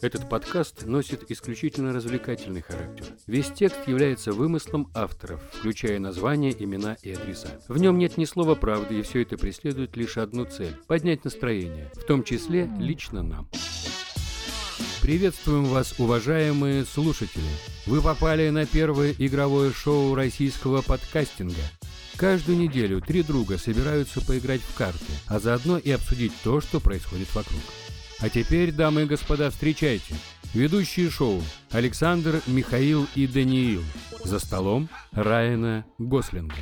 Этот подкаст носит исключительно развлекательный характер. Весь текст является вымыслом авторов, включая названия, имена и адреса. В нем нет ни слова правды, и все это преследует лишь одну цель – поднять настроение, в том числе лично нам. Приветствуем вас, уважаемые слушатели! Вы попали на первое игровое шоу российского подкастинга. Каждую неделю три друга собираются поиграть в карты, а заодно и обсудить то, что происходит вокруг. А теперь, дамы и господа, встречайте. Ведущие шоу Александр, Михаил и Даниил. За столом Райана Гослинга.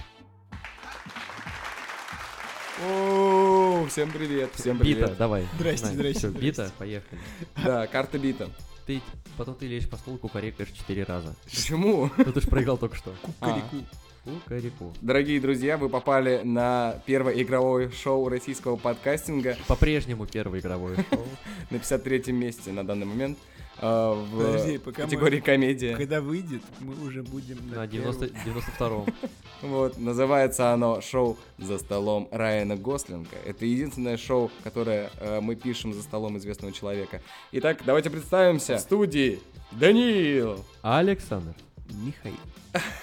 О, всем привет, всем Бита, привет. давай. Здрасте, На, здрасте, всё, здрасте. бита, поехали. Да, карта бита. Ты, потом ты лезешь по столу, кукарекаешь четыре раза. Почему? Ну ты ж проиграл только что. Кукареку. Кукареку. Дорогие друзья, вы попали на первое игровое шоу российского подкастинга По-прежнему первый игровой шоу. на 53-м месте на данный момент э, в Подожди, пока мы- категории комедия. Когда выйдет, мы уже будем На на 90 первом. 92-м. Вот, называется оно шоу «За столом Райана Гослинга». Это единственное шоу, которое э, мы пишем за столом известного человека. Итак, давайте представимся. В студии Даниил. А Александр? Михаил.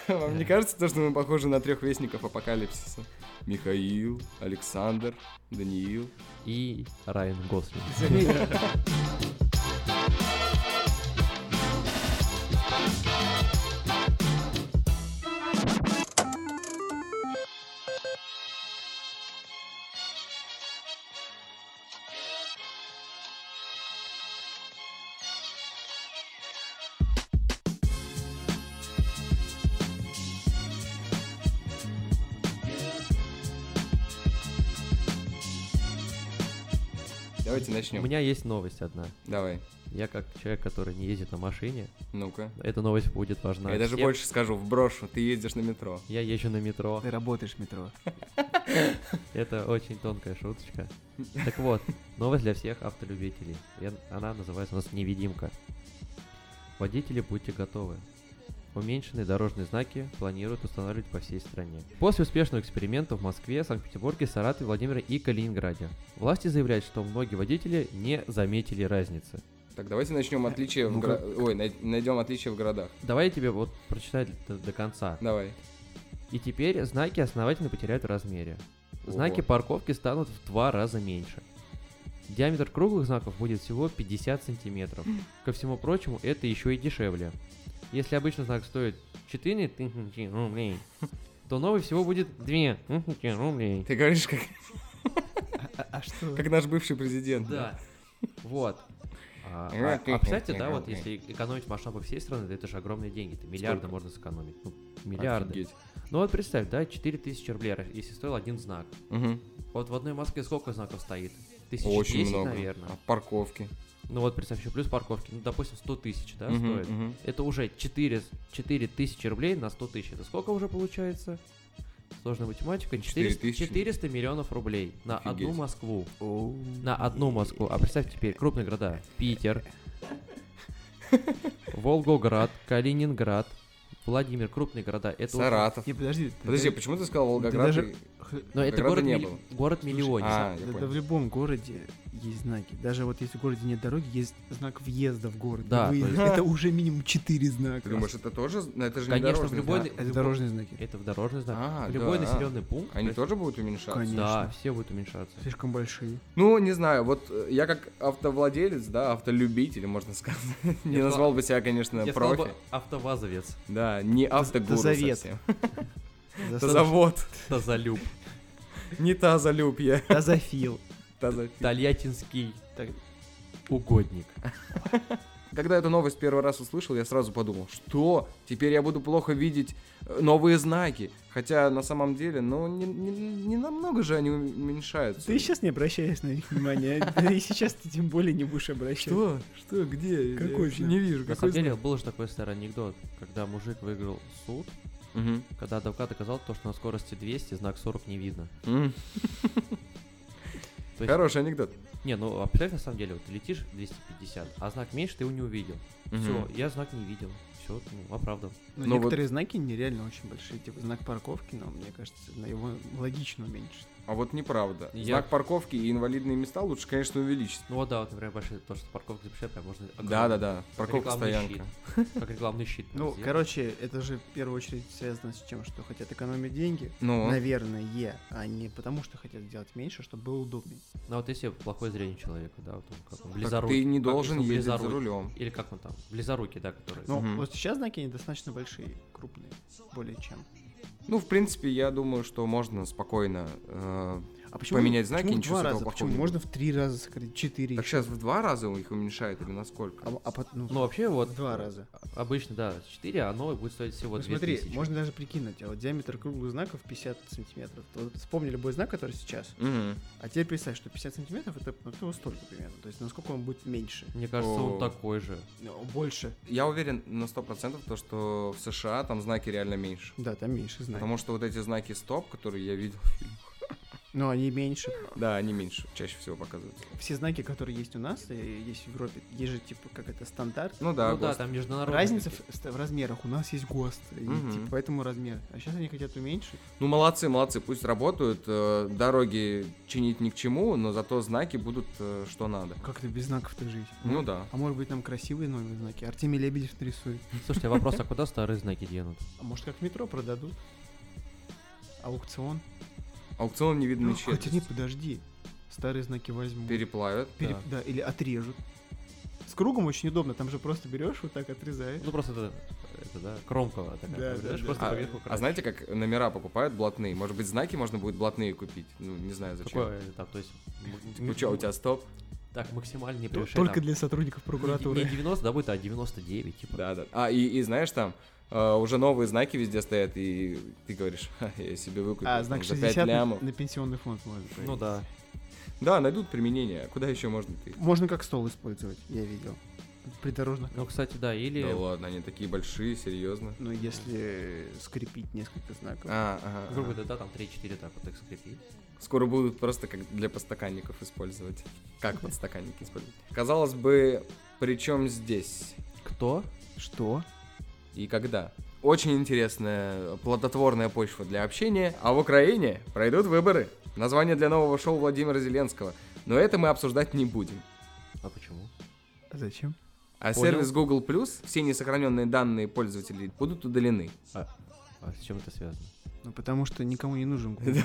Вам не кажется, то, что мы похожи на трех вестников апокалипсиса? Михаил, Александр, Даниил. И Райан Гослинг. Давайте У начнем. меня есть новость одна. Давай. Я как человек, который не ездит на машине, Ну-ка. эта новость будет важна. Я даже всем. больше скажу, в брошу ты ездишь на метро. Я езжу на метро. Ты работаешь в метро. Это очень тонкая шуточка. Так вот, новость для всех автолюбителей. И он- Она называется у нас «Невидимка». Водители, будьте готовы. Уменьшенные дорожные знаки планируют устанавливать по всей стране. После успешного эксперимента в Москве, Санкт-Петербурге, Саратове, Владимире и Калининграде власти заявляют, что многие водители не заметили разницы. Так, давайте начнем отличие в Ну-ка. гро- Ой, най- найдем отличие в городах. Давай я тебе вот прочитаю до, до конца. Давай. И теперь знаки основательно потеряют в размере. Знаки Ого. парковки станут в два раза меньше. Диаметр круглых знаков будет всего 50 сантиметров. Ко всему прочему, это еще и дешевле. Если обычно знак стоит 4 тысячи рублей, то новый всего будет 2 тысячи рублей. Ты говоришь, как, А, а что? как наш бывший президент. Да. Вот. А, а- а представьте, да, вот если экономить масштабы всей страны, да это же огромные деньги. Это миллиарды Сколько? можно сэкономить. Ну, миллиарды. Офигеть. Ну вот представь, да, 4000 рублей, если стоил один знак. Мгм. Вот в одной Москве сколько знаков стоит? Тысяч Очень десять, много. наверное. А Парковки. Ну вот представь, еще плюс парковки. Ну, допустим, 100 тысяч, да, Мгм, стоит. мгм. Это уже 4, 4 тысячи рублей на 100 тысяч. Это сколько уже получается? Сложная математика. 400, 4000. 400 миллионов рублей на Офигеть. одну Москву. Оу. На одну Москву. А представь теперь крупные города. Питер, Волгоград, Калининград, Владимир, крупные города. Это уже- Саратов. Не, подожди. ты- Подожди, ты- почему ты сказал ты Волгоград? даже- и- х- Но это Волгограда город, не милли- было. город Слушай, миллионник. А, я Да, да понял. в любом городе есть знаки. Даже вот если в городе нет дороги, есть знак въезда в город. Да, то Выезд. есть- Это уже минимум 4 знака. Ты думаешь, это тоже? Ну, Это же не Конечно, в дорожный любой- знак. в Это любой- дорожные знаки. Это в дорожный знак. А, В Любой да. населенный пункт. Они то тоже будут уменьшаться? есть- Конечно. Да, все будут уменьшаться. Слишком большие. Ну, не знаю, вот э, я как автовладелец, да, автолюбитель, можно сказать. Не Я назвал бы себя, конечно, Я сказал ну, профи. бы автовазовец, Да, не автогуру тазовед. совсем. Застав- Тазовод. тазолюб, Не тазолюб я. Тазофил. тазофил. тольяттинский Так, угодник. Когда эту новость первый раз услышал, я сразу подумал, что? Теперь я буду плохо видеть э, новые знаки. Хотя на самом деле, ну, не, не- не намного же они уменьшаются. Ты сейчас не обращаешь на них внимания. Да и сейчас ты тем более не будешь обращать. Что? Что? Где? Какой я вообще знак? не вижу. На какой самом деле знак? был же такой старый анекдот, когда мужик выиграл суд, Мгм. когда адвокат доказал то, что на скорости 200 знак 40 не видно. М. То есть- Хороший анекдот. Не, ну а представь на самом деле, вот ты летишь 250, а знак меньше ты его не увидел. Все, Мгм. я знак не видел. Все, ну, оправдан. Но Ну некоторые знаки нереально очень большие, типа знак парковки, но мне кажется, на его логично уменьшить. А вот неправда. Я- Знак парковки и инвалидные места лучше, конечно, увеличить. Ну вот да, вот, например, большая, то, что парковка большая, прям можно... огромный, Да-да-да, А как парковка, рекламный стоянка. щит, Как рекламный щит. Ну, сделать. короче, это же в первую очередь связано с тем, что хотят экономить деньги. Ну, Наверное, а не потому, что хотят сделать меньше, чтобы было удобнее. Ну вот если плохое зрение человека, да, вот он как он, так близорукий. ты не как должен он ездить за близорукий? рулем. Или как он там, близорукий, да, который... Ну, Мгм. вот сейчас знаки они достаточно большие, крупные, более чем. Ну, в принципе, я думаю, что можно спокойно. э, А почему Поменять знаки, почему в ничего два такого раза? плохого Почему не можно в три раза сократить, четыре? Так еще. сейчас в два раза их уменьшает или насколько? А, а пот- ну, Ну, вообще вот... в два раза. Обычно, да, 4, а новый будет стоить всего Ну, 2000. смотри, можно даже прикинуть, а вот диаметр круглых знаков 50 сантиметров. Вот вспомни любой знак, который сейчас, Мгм. а теперь представь, что 50 сантиметров это ну, это вот столько примерно. То есть насколько он будет меньше, Мне кажется, он О. такой же. Ну, больше. Я уверен на 100% то, что в США там знаки реально меньше. Да, там меньше знаков. Потому что вот эти знаки стоп, которые я видел, Но они меньше. да, они меньше чаще всего показываются. Все знаки, которые есть у нас и есть в Европе, есть же типа как это стандарт. Ну да, ну да, ГОСТ. там международный. Разница какие-то. в, ст- в размерах. У нас есть ГОСТ, и, Мгм. типа, поэтому размер. А сейчас они хотят уменьшить. Ну молодцы, молодцы, пусть работают. э, Дороги чинить ни к чему, но зато знаки будут э, что надо. Как-то без знаков-то жить. Ну да. А может быть нам красивые новые знаки? Артемий Лебедев нарисует. Слушайте, а вопрос, а куда старые знаки денут? А может как в метро продадут? Аукцион? Аукцион не видно Ну, ничего. хотя не, подожди. Старые знаки возьму. Переплавят. Пере- да. да. или отрежут. С кругом очень удобно, там же просто берешь, вот так отрезаешь. Ну просто это, это да, кромка вот такая. Да, ты да, знаешь, да. просто А, поверху а знаете, как номера покупают блатные? Может быть, знаки можно будет блатные купить? Ну, не знаю, зачем. Какое там, то есть... м- Ну что, у тебя стоп? Так, максимально не Т- превышай Только там, для сотрудников прокуратуры. Не 90, да, будет, а 99, типа. Да, да. А, и, и знаешь, там э, уже новые знаки везде стоят, и ты говоришь, «Ха, я себе выкупил А, там знак за 60 5 на, лямов. на пенсионный фонд можно. повесить. Ну да. Да, найдут применение. А Куда еще можно ты? Можно как стол использовать, я видел. Придорожных. Ну, кстати, да, или... Да ладно, они такие большие, серьезно. Но Ну, если скрепить несколько знаков. А, ага, ага. Грубо говоря, да, там 3-4 так вот так скрепить. Скоро будут просто как для подстаканников использовать. Как подстаканники использовать? Казалось бы, при чем здесь Кто? Что? и когда? Очень интересная, плодотворная почва для общения. А в Украине пройдут выборы. Название для нового шоу Владимира Зеленского. Но это мы обсуждать не будем. А почему? Зачем? А Понял. сервис Google Plus, все несохраненные данные пользователей будут удалены. А с чем это связано? Ну потому что никому не нужен Google+.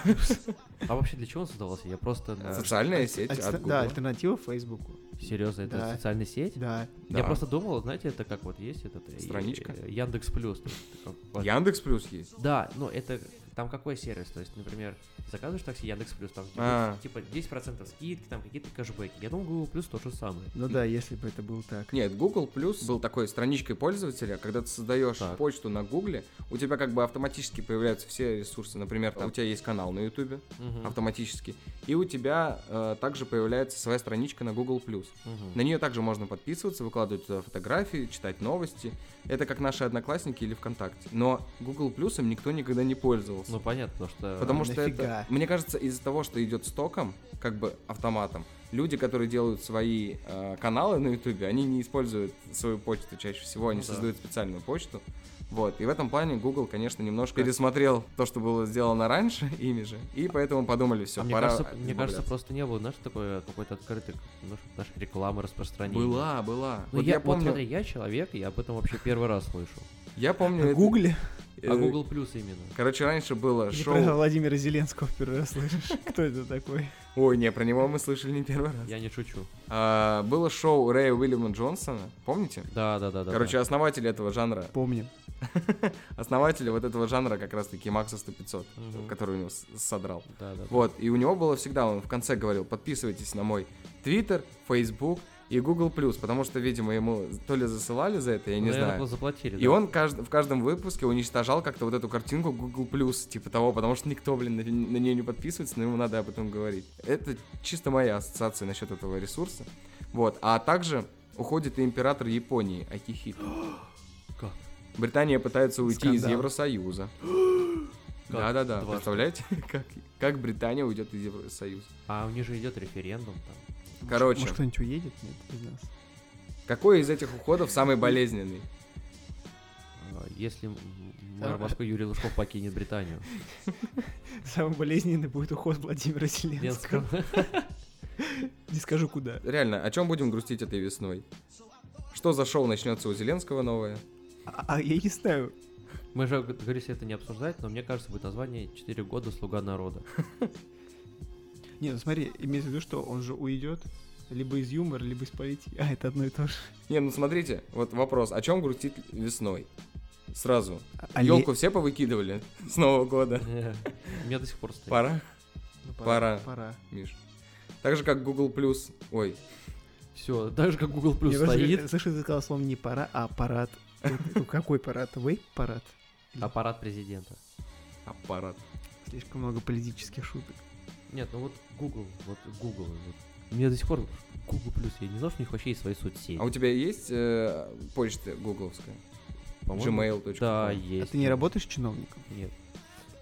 А вообще для чего он создавался? Я просто... Э, А Социальная сеть Альтер- от Да, Google. альтернатива Фейсбуку. Серьезно, это Да. социальная сеть? Да. Да. Я просто думал, знаете, это как вот есть этот... э, Страничка? э, Яндекс Плюс. то есть это как- Яндекс Плюс есть. Да, но это... Там какой сервис? То есть, например, заказываешь такси Яндекс Плюс, там А. типа 10% скидки, там какие-то кэшбэки. Я думаю, Google Плюс то же самое. Ну да, если бы это было так. Нет, Google Plus был такой страничкой пользователя, когда ты создаешь Так. почту на Гугле, у тебя как бы автоматически появляются все ресурсы. Например, там у тебя есть канал на Ютубе Мгм. автоматически, и у тебя э, также появляется своя страничка на Google Plus. Мгм. На нее также можно подписываться, выкладывать туда фотографии, читать новости. Это как наши одноклассники или ВКонтакте. Но Google Плюсом никто никогда не пользовался. Ну, понятно, потому что... Потому что нафига? это, мне кажется, из-за того, что идет стоком, как бы автоматом, люди, которые делают свои э, каналы на Ютубе, они не используют свою почту чаще всего, они Ну да. создают специальную почту. Вот, и в этом плане Google, конечно, немножко пересмотрел то, что было сделано раньше ими же, и поэтому подумали, все, А мне, пора кажется, мне кажется, избавляться». просто не было, знаешь, такой э, какой-то открытой ну, нашей рекламы распространения. Была, была. Ну, вот я, я, помню, вот смотри, я человек, и я об этом вообще первый раз слышу. я помню... О Ну, это- Гугле? э, А Google Плюс именно. Короче, раньше было Или шоу... про Владимира Зеленского в первый раз слышишь? Кто это такой? Ой, не, про него мы слышали не первый раз. Я не шучу. А, было шоу Рэя Уильяма Джонсона, помните? Да, да, да, да. Короче, основатель этого жанра Помним. основателя вот этого жанра как раз-таки Макса 100-500, да. Мгм. который у него с- содрал. Да, да. да. Вот, и у него было всегда, он в конце говорил, подписывайтесь на мой Twitter, Facebook и Google+, потому что, видимо, ему то ли засылали за это, я не Наверное, знаю. просто Ну, заплатили. И да. он кажд- в каждом выпуске уничтожал как-то вот эту картинку Google типа того, потому что никто, блин, на, на нее не подписывается, но ему надо об этом говорить. Это чисто моя ассоциация насчет этого ресурса. Вот. А также уходит и император Японии Акихито. Как? Британия пытается уйти из Скандал. Евросоюза. Как? Да-да-да, Дважды. представляете, как, как Британия уйдет из Евросоюза. А у них же идет референдум там. Короче, Может, кто-нибудь уедет? Нет, из нас. какой из этих уходов самый болезненный? А, Если м- м- Мэр Москвы Юрий Лужков покинет Британию. Самый болезненный будет уход Владимира Зеленского. Ленского. Не скажу куда. Реально, о чем будем грустить этой весной? Что за шоу начнется у Зеленского новое? А а я не знаю. Мы же говорили это не обсуждать, но мне кажется, будет название «Четыре года слуга народа». Не, ну смотри, имеется в виду, что он же уйдет либо из юмора, либо из политики. А, это одно и то же. Не, ну смотрите, вот вопрос, о чем грустить весной? Сразу. А Елку все повыкидывали с Нового года. У меня до сих пор стоит. Пора, пора. Ну, Пора. Миш. Так же, как Google+. Плюс. Ой, Все, даже как Google Plus Мне даже стоит, как- Слышишь, ты сказал словом не пора, а парад. Вот, ну, Какой парад? Вейп-парад? аппарат президента. аппарат. Слишком много политических шуток. Нет, ну вот Google, вот Google. вот. У меня до сих пор Google Plus, я не знал, что у них вообще есть свои соцсети. А у тебя есть э, почта гугловская? По-моему, Gmail.com. Да, есть. А ты не работаешь чиновником? Нет.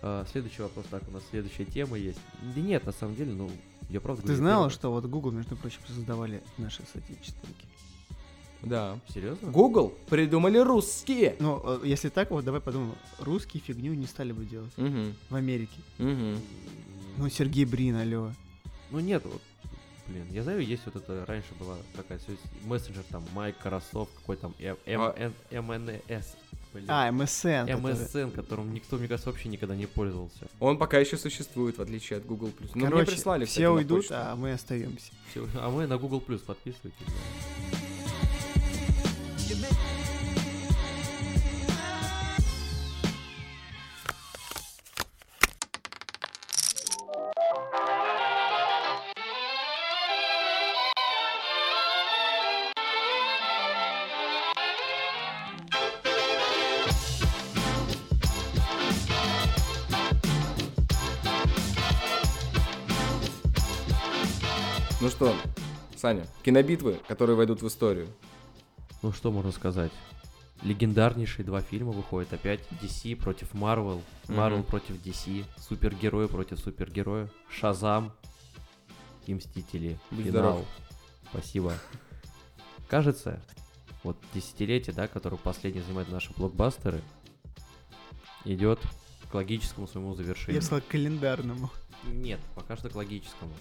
А, следующий вопрос, так, у нас следующая тема есть. Да нет, на самом деле, ну, я правда Ты знала, что вот Google, между прочим, создавали наши соотечественники? Да. Серьезно? Google придумали русские. Ну, э, если так, вот давай подумаем. Русские фигню не стали бы делать Мгм, в Америке. мгм. Ну, Сергей Брин, алло. Ну нет, вот, блин, я знаю, есть вот это, раньше была такая сеть, мессенджер, там, Microsoft, какой там, М- А. М- М- МНС, блин. А, MSN. это же. Ну, MSN, которым никто, мне кажется, вообще никогда не пользовался. Он пока еще существует, в отличие от Google+. Ну, мне Короче, прислали, кстати, все на уйдут, почту. а мы остаемся. Всё, А мы на Google Plus подписывайтесь. да. Ну что, Саня, кинобитвы, которые войдут в историю. Ну что можно сказать? Легендарнейшие два фильма выходят опять. DC против Marvel, Marvel Мгм. против DC, супергерои против супергероя, Шазам и Мстители. Будь Финал. здоров. Спасибо. Кажется, вот десятилетие, да, которое последнее занимают наши блокбастеры, идет к логическому своему Я завершению. бы сказал календарному. Нет, пока что к логическому.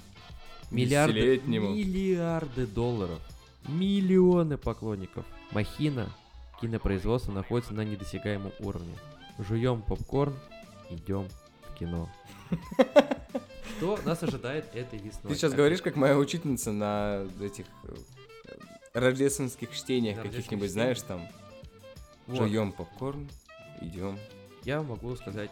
Миллиарды, Десятилетнему. миллиарды долларов, миллионы поклонников. Махина кинопроизводства находится на недосягаемом уровне. Жуем попкорн, идем в кино. Что нас ожидает этой весной? Ты сейчас Опять- говоришь, как моя учительница на этих э, рождественских чтениях На каких-нибудь, рождественских знаешь, там, Вот, жуем попкорн, идем. Я могу сказать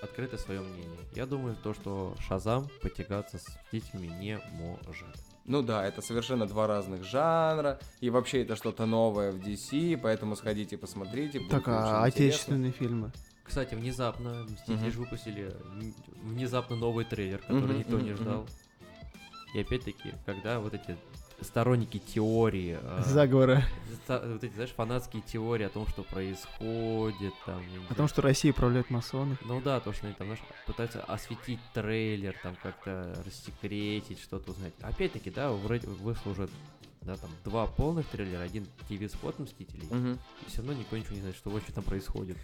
открыто свое мнение. Я думаю, то, что Шазам потягаться с детьми не может. Ну да, это совершенно два разных жанра, и вообще это что-то новое в DC, поэтому сходите, посмотрите. будет Так, а очень интересно. отечественные фильмы? Кстати, внезапно Мстители Мгм. же выпустили м, внезапно новый трейлер, который Мгм, никто не мгм, ждал. И опять-таки, когда вот эти сторонники теории, А. э, Заговора. ста- вот эти, знаешь, фанатские теории о том, что происходит, там, я не О знаю. том, что Россия управляют масоны. ну да, то, что они там, знаешь, пытаются осветить трейлер, там как-то рассекретить, что-то узнать. Опять-таки, да, вроде вышло уже, да, там два полных трейлера, один TV-спот Мстителей, Мгм. и все равно никто ничего не знает, что вообще там происходит.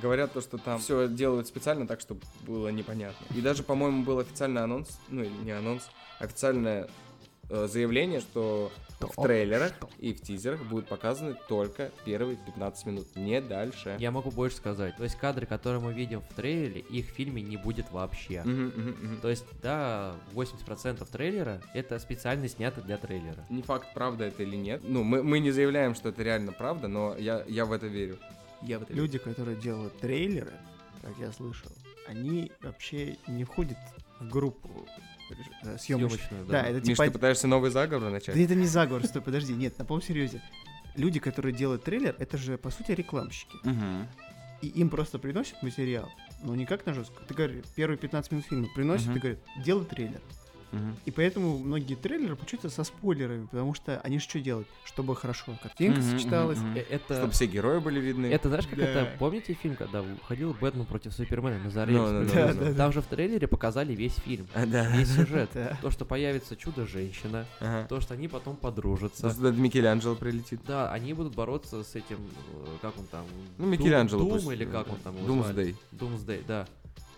Говорят то, что там все делают специально так, чтобы было непонятно. И даже, по-моему, был официальный анонс, ну или не анонс, официальное э, заявление, что, Что? в трейлерах Что? и в тизерах будут показаны только первые 15 минут, не дальше. Э, Я могу больше сказать. То есть кадры, которые мы видим в трейлере, их в фильме не будет вообще. Мгм, мгм, мгм. То есть, да, 80% трейлера это специально снято для трейлера. Не факт, правда это или нет. Ну, мы, мы не заявляем, что это реально правда, но я, я в это верю. Я в это Люди, которые делают трейлеры, как я слышал, они вообще не входят в группу э, съемочную. Съемочную, Да, да. это верю. Миш, типа... ты пытаешься новый заговор начать? Да это не заговор, стой, подожди, нет, на полном серьезе. Люди, которые делают трейлер, это же, по сути, рекламщики. Мгм. И им просто ну, приносят материал, но не как на жестко. Ты говоришь, первые 15 минут фильма приносят, Мгм. ты говоришь, делай трейлер. Мгм. И поэтому многие трейлеры получаются со спойлерами, потому что они же что делают? Чтобы хорошо картинка Мгм, мгм, сочеталась. мгм. Э, Это... Чтобы все герои были видны. Это знаешь, как Да. это, помните фильм, когда выходил Бэтмен против Супермена на заре Ну, да, да, экспресса? да, да. Там же в трейлере показали весь фильм, А, да. весь сюжет. Да. То, что появится чудо-женщина, Ага. то, что они потом подружатся. Сюда Микеланджело прилетит. Да, они будут бороться с этим, э, как он там, Ну, Дум- Микеланджело Дум пусть. э, или как он там его звали? Думсдей. Думсдей, да.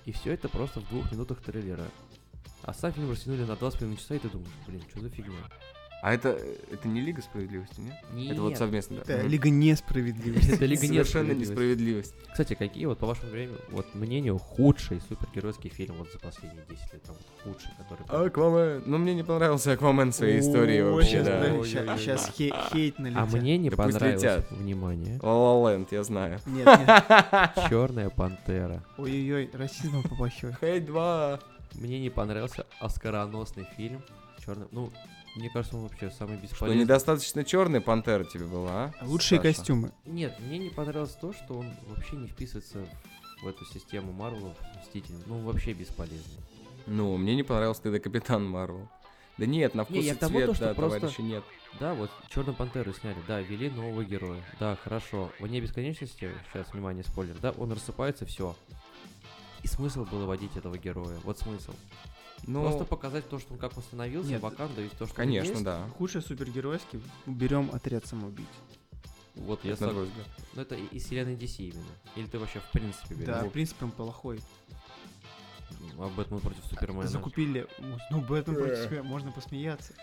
И все это просто в двух минутах трейлера. А сам фильм растянули на два с половиной часа, и ты думаешь, блин, что за фигня? А это, это не Лига Справедливости, нет? Это вот Нет. совместно. да. Это Мгм. Лига несправедливости. Это Лига Совершенно несправедливости. несправедливость. Кстати, какие вот по вашему времени, вот мнению, худший супергеройский фильм вот за последние 10 лет, там вот худший, который... был? Аквамен. Ну, мне не понравился Аквамен своей истории вообще, щас, Сейчас, да. блин. Ой-ой-ой. сейчас хейт налетит. А мне не Да пусть понравилось, летят. внимание, ла ленд я знаю. Нет, нет. Черная пантера. Ой-ой-ой, расизмом попахивает. Хей 2. Мне не понравился оскароносный фильм Черная... Ну, мне кажется, он вообще самый Ну, бесполезный. недостаточно черная пантера тебе была, а? Лучшие Саша? костюмы. Нет, мне не понравилось то, что он вообще не вписывается в эту систему Марвелов, Мстителей. Ну, вообще бесполезный. Ну, мне не понравился тогда Капитан Марвел. Да нет, на вкус я и к тому, то, цвет, что да, просто- товарищи, нет. Да, вот Черную Пантеру сняли, да, вели нового героя. Да, хорошо. Вне бесконечности, сейчас внимание, спойлер, да, он рассыпается, все. И смысл было водить этого героя. Вот смысл. Ну, Просто показать то, что он как установился, Нет. Ваканда и то, что он конечно, есть. да. Худший супергеройский. Берем отряд самоубийц. Вот я Это на сог- твой взгляд. Ну это и- из вселенной DC именно. Или ты вообще в принципе берешь? Да, в принципе, он плохой. Ну, А Бэтмен против Супермена. Закупили. ну, Ну, Бэтмен против Супермена, Можно посмеяться.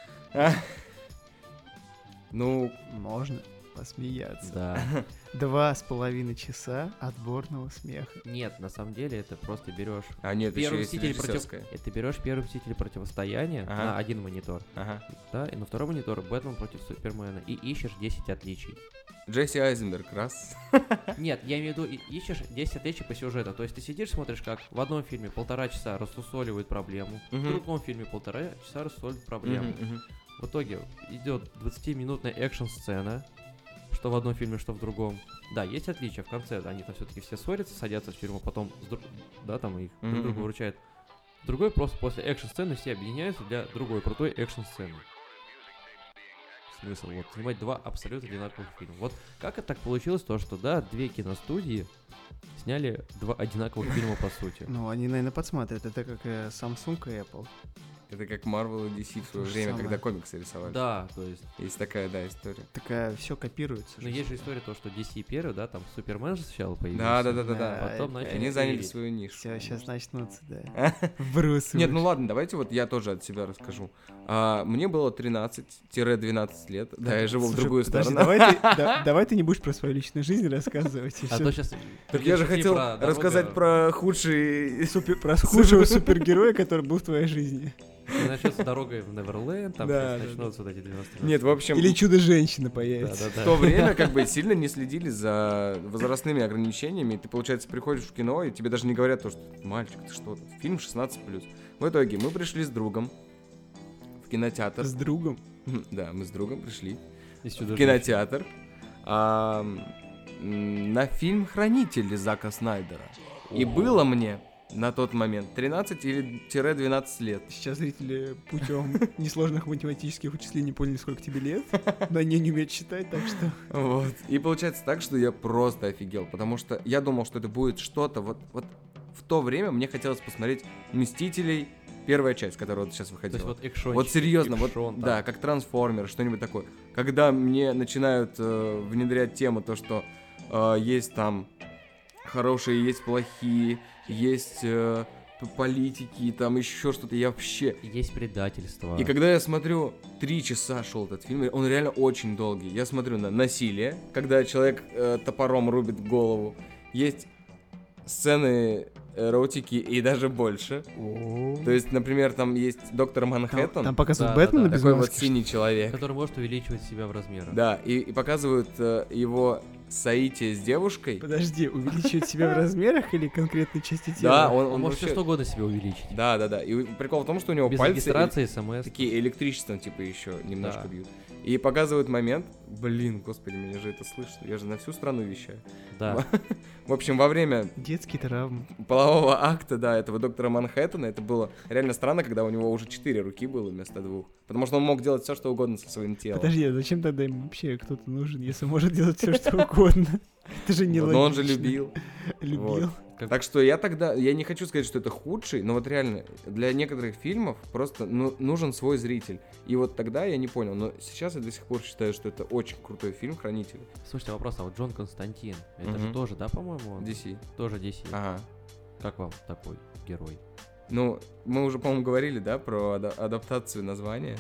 Ну, Можно посмеяться. Да. Два с половиной часа отборного смеха. Нет, на самом деле это просто берешь а нет, еще Первый есть мститель против... режиссерская. Ты берешь первый мститель противостояния Ага. на один монитор, Ага. да, и на втором монитор Бэтмен против Супермена, и ищешь 10 отличий. Джесси Айзенберг, раз. Нет, я имею в виду, и- ищешь 10 отличий по сюжету. То есть ты сидишь, смотришь, как в одном фильме полтора часа рассусоливают проблему, в Мгм. другом фильме полтора часа рассусоливают проблему. Мгм, мгм. В итоге идет 20-минутная экшн-сцена, что в одном фильме, что в другом. Да, есть отличия в конце, они там все-таки все ссорятся, садятся в тюрьму, потом, с друг- да, там их друг друга Мгм. выручают. Другой просто после экшн-сцены все объединяются для другой крутой экшн-сцены. Смысл, вот, снимать два абсолютно одинаковых фильма. Вот как это так получилось, то, что, да, две киностудии сняли два одинаковых фильма, по сути. Ну, они, наверное, подсмотрят. Это как э, Samsung и Apple. Это как Марвел и DC в свое же время, самое. когда комиксы рисовали. Да, то есть, Есть такая, да, история. Такая все копируется. ну, есть же история то, что DC первый, да, там Супермен же сначала появился. Да, да, да, да, да. Да, А, Потом это- начали Они заняли пилить. свою нишу. Все, сейчас начнутся, да. Брусы. Нет, ну ладно, давайте вот я тоже от себя расскажу. А, мне было 13-12 лет, да, я живу в Слушай, другую подожди, сторону. Давай ты, да- давай ты не будешь про свою личную жизнь рассказывать. и А всё. то сейчас... Так я же хотел рассказать про худший... Супер- про худшего супергероя, который был в твоей жизни. Начнется дорога в Неверленд, там Да, сейчас да, начнутся вот эти 90 Нет, в общем, Или чудо-женщина да, появится. да, в да. то время как бы сильно не следили за возрастными ограничениями. Ты, получается, приходишь в кино, и тебе даже не говорят то, что «Мальчик, ты что там? Фильм 16+.» В итоге мы пришли с другом в кинотеатр. С другом. Да, мы с другом пришли Из в «Чудо-женщины». кинотеатр а, м, на фильм «Хранители» Зака Снайдера. И было мне на тот момент 13 или тире 12 лет. Сейчас зрители путем несложных математических вычислений поняли, сколько тебе лет, но они не умеют считать, так что... Вот. И получается так, что я просто офигел, потому что я думал, что это будет что-то. Вот, вот в то время мне хотелось посмотреть «Мстителей», первая часть, которая вот сейчас То есть выходила. вот экшон. Вот серьезно, вот да, как трансформер, что-нибудь такое. Когда мне начинают э, внедрять тему, то что э, есть там хорошие, есть плохие, есть э, п- политики, там еще что-то, я вообще. Есть предательство. И когда я смотрю, три часа шел этот фильм, он реально очень долгий. Я смотрю на насилие, когда человек э, топором рубит голову. Есть сцены э, эротики и даже больше. То есть, например, там есть доктор Манхэттен. Там Да, показывают да, Бэтмена да. без Такой вот маски. синий человек. Который может увеличивать себя в размерах. Да, и, и показывают э, его соитие с девушкой. Подожди, увеличивать себя в размерах или конкретной части Да, тела? он, он Он может все вообще- что угодно себе увеличить. Да, да, да. И прикол в том, что у него Без пальцы э, регистрации, смс. такие электричеством ну, типа еще немножко Да. бьют. И показывают момент. Блин, господи, меня же это слышно. Я же на всю страну вещаю. Да. В общем, во время Детские травмы. полового акта, да, этого доктора Манхэттена, это было реально странно, когда у него уже четыре руки было вместо двух. Потому что он мог делать все, что угодно со своим телом. Подожди, а зачем тогда им вообще кто-то нужен, если может делать все, что угодно? Это же не Но он же любил. Любил. Как- Так что я тогда, я не хочу сказать, что это худший, но вот реально, для некоторых фильмов просто ну, нужен свой зритель. И вот тогда я не понял, но сейчас я до сих пор считаю, что это очень крутой фильм «Хранители» Слушайте, вопрос, а вот Джон Константин, это Мгм. А. же тоже, да, по-моему, он? DC. Тоже DC. Ага. Как вам такой герой? Ну, мы уже, по-моему, говорили, да, про ада- адаптацию названия.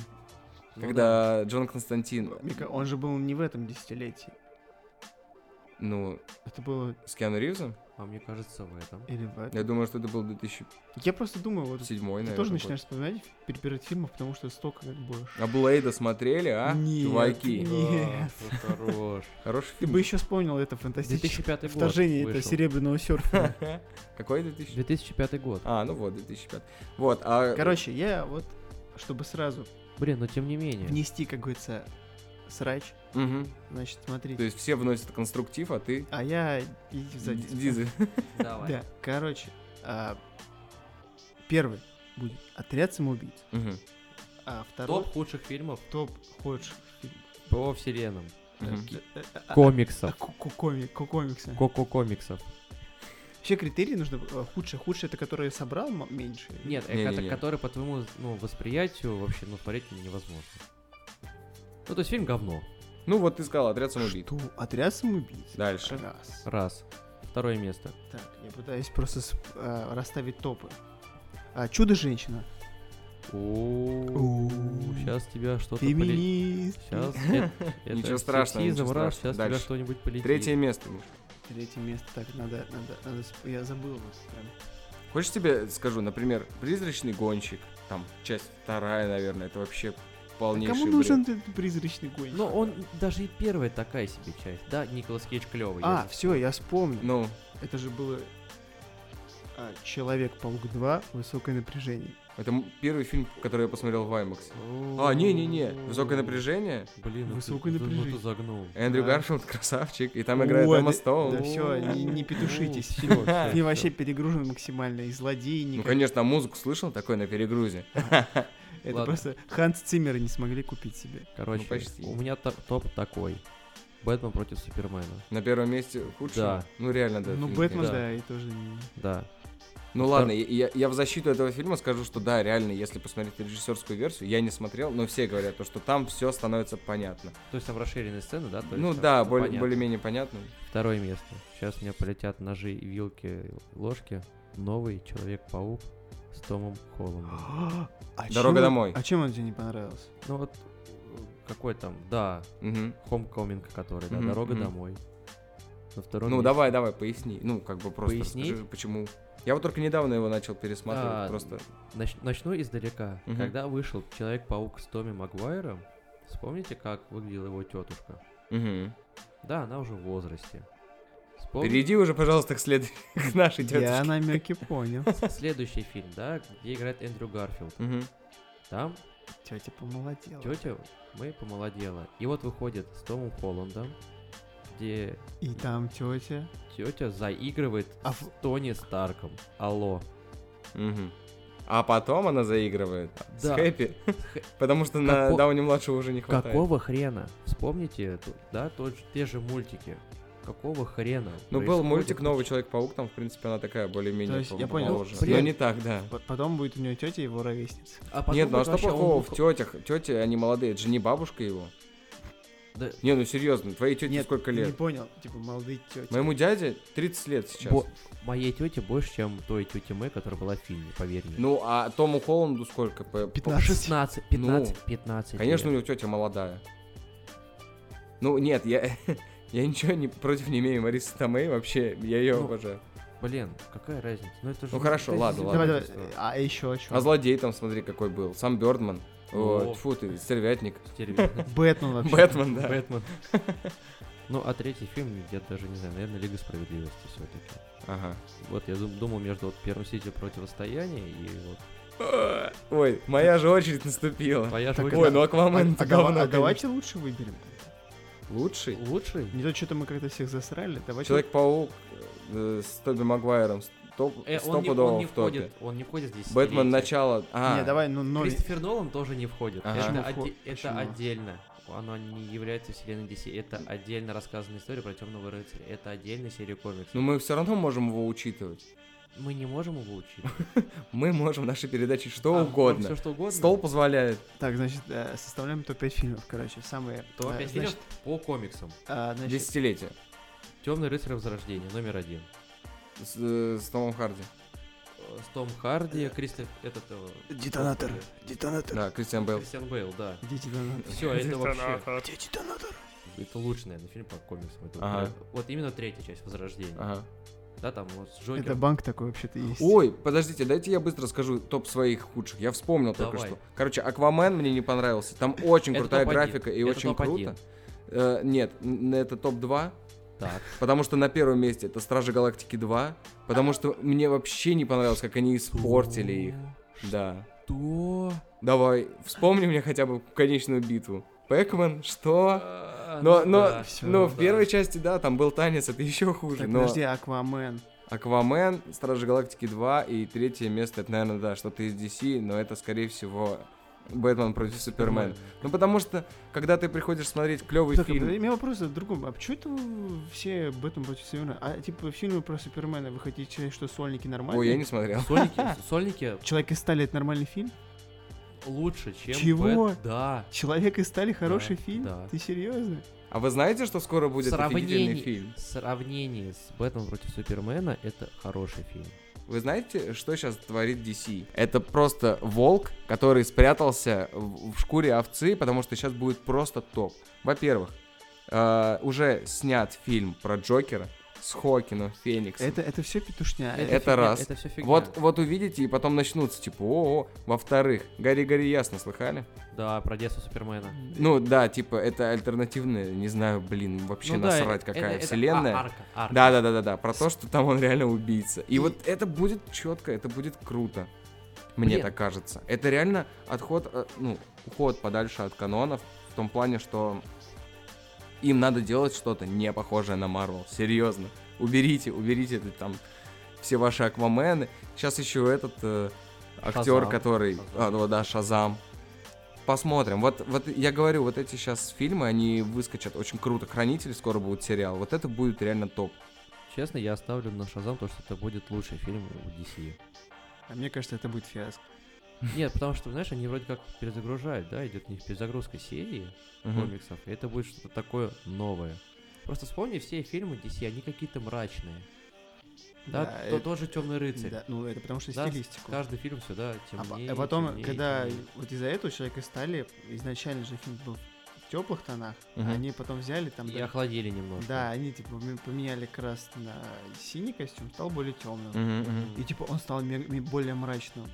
Ну когда Джон Константин, Мика, Ну, Он же был не в этом десятилетии. ну, Это было с Киану Ривзом, да. А мне кажется, в этом. или в этом. я думаю, что это был 2007, Я просто думаю, вот наверное. ты тоже год. начинаешь вспоминать, перебирать фильмов, потому что столько как больше. А Блейда смотрели, а? Нет. Чуваки. Нет. Да, ты хорош. Хороший Ты фильм. бы еще вспомнил это фантастическое 2005 год вторжение это вышел. серебряного серфера. Какой 2000? 2005 год. А, ну вот, 2005. Вот, а... Короче, я вот, чтобы сразу Блин, но тем не менее. внести, как говорится, срач, Мгм. значит, То смотрите. есть все вносят конструктив, а ты... А я иди в задницу. Дизы. Давай. Да, короче, а, первый будет «Отряд самоубийц», Мгм. а второй Топ худших фильмов топ худших фильмов. по вселенным. Мгм. Э, э, а- а, Комиксов. ку- ку- коми- ку- комиксы. Коко комиксов. Вообще критерии нужно э, худшее. Худшее это который собрал м- меньше. Нет, э, Не-не-не. кото- который по твоему ну, восприятию вообще ну, смотреть невозможно. Ну, то есть фильм говно. Ну вот ты сказал, отряд самоубийц. Что? Отряд самоубийц. Дальше. Раз. Раз. Второе место. Так, я пытаюсь просто с- э, расставить топы. А, Чудо-женщина. О, сейчас тебя что-то полетит. Феминист. Сейчас Ничего страшного, ничего страшного. сейчас тебя Дальше. что-нибудь полетит. Третье место, Миш. Третье место. Так, надо, надо, надо. сп- Я забыл вас прям. А Хочешь тебе скажу, например, «Призрачный гонщик», там, часть вторая, наверное, это вообще полнейший Ну, Кому бред. нужен этот призрачный гонщик? Но он даже и первая такая себе часть. Да, Николас Кейдж клевый. А, все, я вспомнил. Ну, Это же было а, Человек-паук 2, высокое напряжение. это м- первый фильм, который я посмотрел в IMAX. А, не-не-не, «Высокое напряжение», Блин, ну ты- Высокое ну ты- ну напряжение. ты загнул. Эндрю Да. Гарфилд, красавчик, и там О, играет Эмма да- Стоун. да всё, не- не петушитесь. А, И вообще перегружен максимально, и злодеи Ну, никак- конечно, там музыку слышал такой на перегрузе. Это ладно. просто Ханс Циммера не смогли купить себе. Короче, Ну, почти. у меня та- топ такой. Бэтмен против Супермена. На первом месте худший. Да. Ну, реально, да. ну, фильм, Бэтмен, конечно. да. да. и тоже не... Да. Ну Втор- ладно, я, я- я в защиту этого фильма скажу, что да, реально, если посмотреть режиссерскую версию, я не смотрел, но все говорят, то, что там все становится понятно. То есть там расширенные сцены, да? То есть ну там да, всё более- понятно. более-менее понятно. Второе место. Сейчас у меня полетят ножи, вилки, ложки. Новый Человек-паук с Томом Холландом. А Дорога чем- домой. А чем он тебе не понравился? Ну вот, э, какой там, да, Мгм. Хомкоминг, который, да, Мгм, дорога мгм. домой. На втором Ну месте. давай, давай, поясни. Ну, как бы просто Пояснить? расскажи, почему. Я вот только недавно его начал пересматривать, А, просто. Нач- начну издалека. Мгм. Когда вышел Человек-паук с Томми Магуайром, вспомните, как выглядела его тетушка. Мгм. Да, она уже в возрасте. Вспомни- Перейди уже, пожалуйста, к след- к нашей Я тетушке. намеки понял. Следующий фильм, да, где играет Эндрю Гарфилд. Мгм. Там Тетя помолодела. тетя мы помолодела. И вот выходит с Томом Холландом, где И там тетя. тетя заигрывает А с в- Тони Старком. Алло. Мгм. А потом она заигрывает с Да. Хэппи, Хэ- потому что на Како- Дауни-младшего уже не хватает. Какого хрена? Вспомните, ту- да, тот же- те же мультики. Какого хрена? Ну, был происходит? мультик «Новый Человек-паук», там, в принципе, она такая более-менее То есть, я пом- понял. помоложе. Ну, Блин. Но не так, да. По- Потом будет у нее тетя и его ровесница. А потом Нет, ну а это что вообще он плохого был- в тетях? Тети, они молодые, это же не бабушка его. Да, Не, ну серьезно, твоей тете сколько ты не лет? понял. Типа, молодые тети. Моему дяде 30 лет сейчас. бо- моей тете больше, чем той тете Мэй, которая была в фильме, поверь мне. Ну, а Тому Холланду сколько? По- по- 15. 16, Ну, 15, 15 Конечно, у лет. него тетя молодая. Ну, нет, я... Я ничего не, против не имею Марисы Томей, вообще, я ее Ну, обожаю. Блин, какая разница? Ну, это же... Ну, хорошо, это ладно, Давай, ладно. давай. А еще о чем? А злодей там, смотри, какой был. Сам Бёрдман. О, О. тьфу ты, стервятник. Стереотип. Бэтмен вообще. Бэтмен, да. Бэтмен. Ну, а третий фильм, я даже не знаю, наверное, Лига Справедливости все-таки. Ага. Вот я дум- думал между вот первым сетью противостояния и вот Ой, моя же очередь наступила. Твоя же Так, Ой, очередь. ну Аквамен а, это гава- говно, а конечно. давайте лучше выберем. Лучший? Лучший? Э, Не то, что-то мы как-то всех засрали. Давайте Человек-паук э, с Тоби Магуайром. с- Топ, Э, он, не, он стопудово не в топе. входит, он не входит здесь. Бэтмен начало. А, Не, давай, ну, ноль. Кристофер Нолан тоже не входит. Ага. Это, Почему оде- вход- это почему? отдельно. Она не является вселенной DC. Это отдельно рассказанная история про темного рыцаря. Это отдельная серия комиксов. Но ну мы все равно можем его учитывать. Мы не можем его учить. Мы можем в нашей передаче что Все угодно. А, что угодно. Стол позволяет. Так, значит, э, составляем топ-5 фильмов, короче. Самые... То э, опять значит, идет по комиксам. а, значит, Десятилетие. Темный рыцарь возрождения номер один. С, э, с Томом Харди. Э, С Том Харди, Кристоф, этот э, Детонатор. господи, Детонатор. Да, Кристиан Белл. Кристиан Бейл, да. Где детонатор? Все, это вообще. Где детонатор? Это лучший, наверное, фильм по комиксам. Это Ага. прям- Вот именно третья часть возрождения. Ага. Да, там вот с Это Джокером. банк такой вообще-то есть. Ой, подождите, дайте я быстро скажу топ своих худших. Я вспомнил только Давай. что. Короче, Аквамен мне не понравился. Там очень Это крутая топ-один. графика и Это очень топ-один. круто. Э, Нет, н- это топ-2. Так. Потому что на первом месте это Стражи Галактики 2. Потому что мне вообще не понравилось, как они испортили их. Да. Что? Давай, вспомни мне хотя бы конечную битву. Пэкман, что? Но, но, всё, но в А, ну, да. первой части, да, там был танец, это еще хуже. Так, но подожди, Аквамен. Аквамен, Стражи Галактики 2 и третье место, это, наверное, да, что-то из DC, но это, скорее всего, Бэтмен против Супермен. Ну, потому что, когда ты приходишь смотреть клевый Так, фильм... у меня вопрос в другом. А почему это вы все об этом против Супермена? А типа фильмы про Супермена вы хотите сказать, что сольники нормальные? Ой, я не смотрел. Сольники, сольники Человек из стали это нормальный фильм? лучше, чем Чего? Бэт- Да. Человек из стали хороший фильм? да. Ты серьезно? А вы знаете, что скоро будет офигительный фильм? в сравнении с Бэтмен против Супермена это хороший фильм. Вы знаете, что сейчас творит DC? Это просто волк, который спрятался в в шкуре овцы, потому что сейчас будет просто топ. Во-первых, э, уже снят фильм про Джокера с Хокином, Фениксом. Это, это все Э, петушня. Это раз. Это все фигня. Вот, вот увидите, и потом начнутся, типа, о, во-вторых, гори-гори ясно, слыхали? Да, про детство Супермена. Ну да, типа, это альтернативная, не знаю, блин, вообще Ну да, насрать, это- какая это- вселенная. а, арка, арка. Да, да, да, да, да. Про то, что там он реально убийца. И, вот это будет четко, это будет круто. Мне Блин. так кажется. Это реально отход, э, ну, уход подальше от канонов, в том плане, что им надо делать что-то не похожее на Марвел. Серьезно. Уберите, уберите это там все ваши Аквамены. Сейчас еще этот э, актер, Шазам. который... Шазам. А, ну да, Шазам. Посмотрим. Вот, вот я говорю, вот эти сейчас фильмы, они выскочат очень круто. Хранитель скоро будет сериал. Вот это будет реально топ. Честно, я оставлю на Шазам то, что это будет лучший фильм у DC. А мне кажется, это будет фиаско. Нет, потому что, знаешь, они вроде как перезагружают, да, идет у них перезагрузка серии комиксов, и это будет что-то такое новое. Просто вспомни все фильмы DC, они какие-то мрачные. Да, Да, то, это- тоже темный рыцарь. Да, ну это потому что Да, стилистику. Каждый фильм сюда А, по- темнее. а потом, темнее, когда темнее. вот из-за этого человек из стали, изначально же фильм был в теплых тонах, Мгм. а они потом взяли там. И да, охладили немножко. Да, они типа м- поменяли крас на синий костюм, стал более темным. Мгм. И типа он стал ме- ме- более мрачным.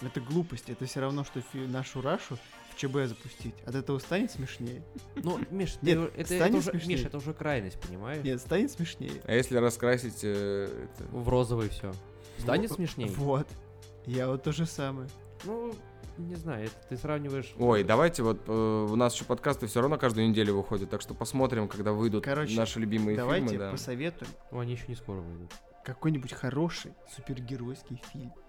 Это глупость, это все равно, что фи- нашу Рашу в ЧБ запустить. От этого станет смешнее? Ну, Миш, ты Нет, уже- это, станет это уже, смешнее. Миш, это уже крайность, понимаешь? Нет, станет смешнее. А если раскрасить... э, это- В розовый все. Станет Во- смешнее? Вот. Я вот то же самое. Ну, не знаю, это ты сравниваешь... Ой, давайте вот, э, у нас еще подкасты все равно каждую неделю выходят, так что посмотрим, когда выйдут Короче, наши любимые Давайте фильмы. да. посоветуем Ну, они еще не скоро выйдут. какой-нибудь хороший супергеройский фильм.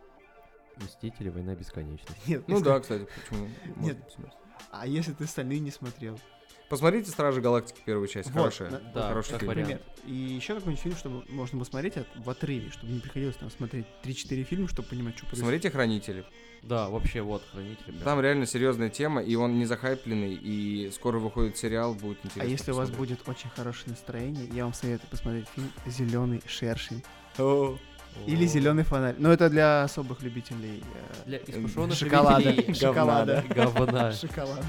Мстители, война бесконечности. Нет, Ну если- да, кстати, почему? Нет. Можно посмотреть. А если ты остальные не смотрел? Посмотрите «Стражи Галактики» первую часть, Вот, хорошая. на- Да, хороший как фильм. вариант. Например. И еще какой-нибудь фильм, чтобы можно было смотреть от, в отрыве, чтобы не приходилось там смотреть 3-4 фильма, чтобы понимать, что происходит. Посмотрите «Хранители». Да, вообще, вот, хранители. прям. Там реально серьезная тема, и он не захайпленный, и скоро выходит сериал, будет интересно. а если у вас будет очень хорошее настроение, я вам советую посмотреть фильм Зеленый шершень. будет... О. Или Зеленый фонарь. Но это для особых любителей. э, Для искушенных Шоколада. любителей Шоколада. Говна. Шоколада.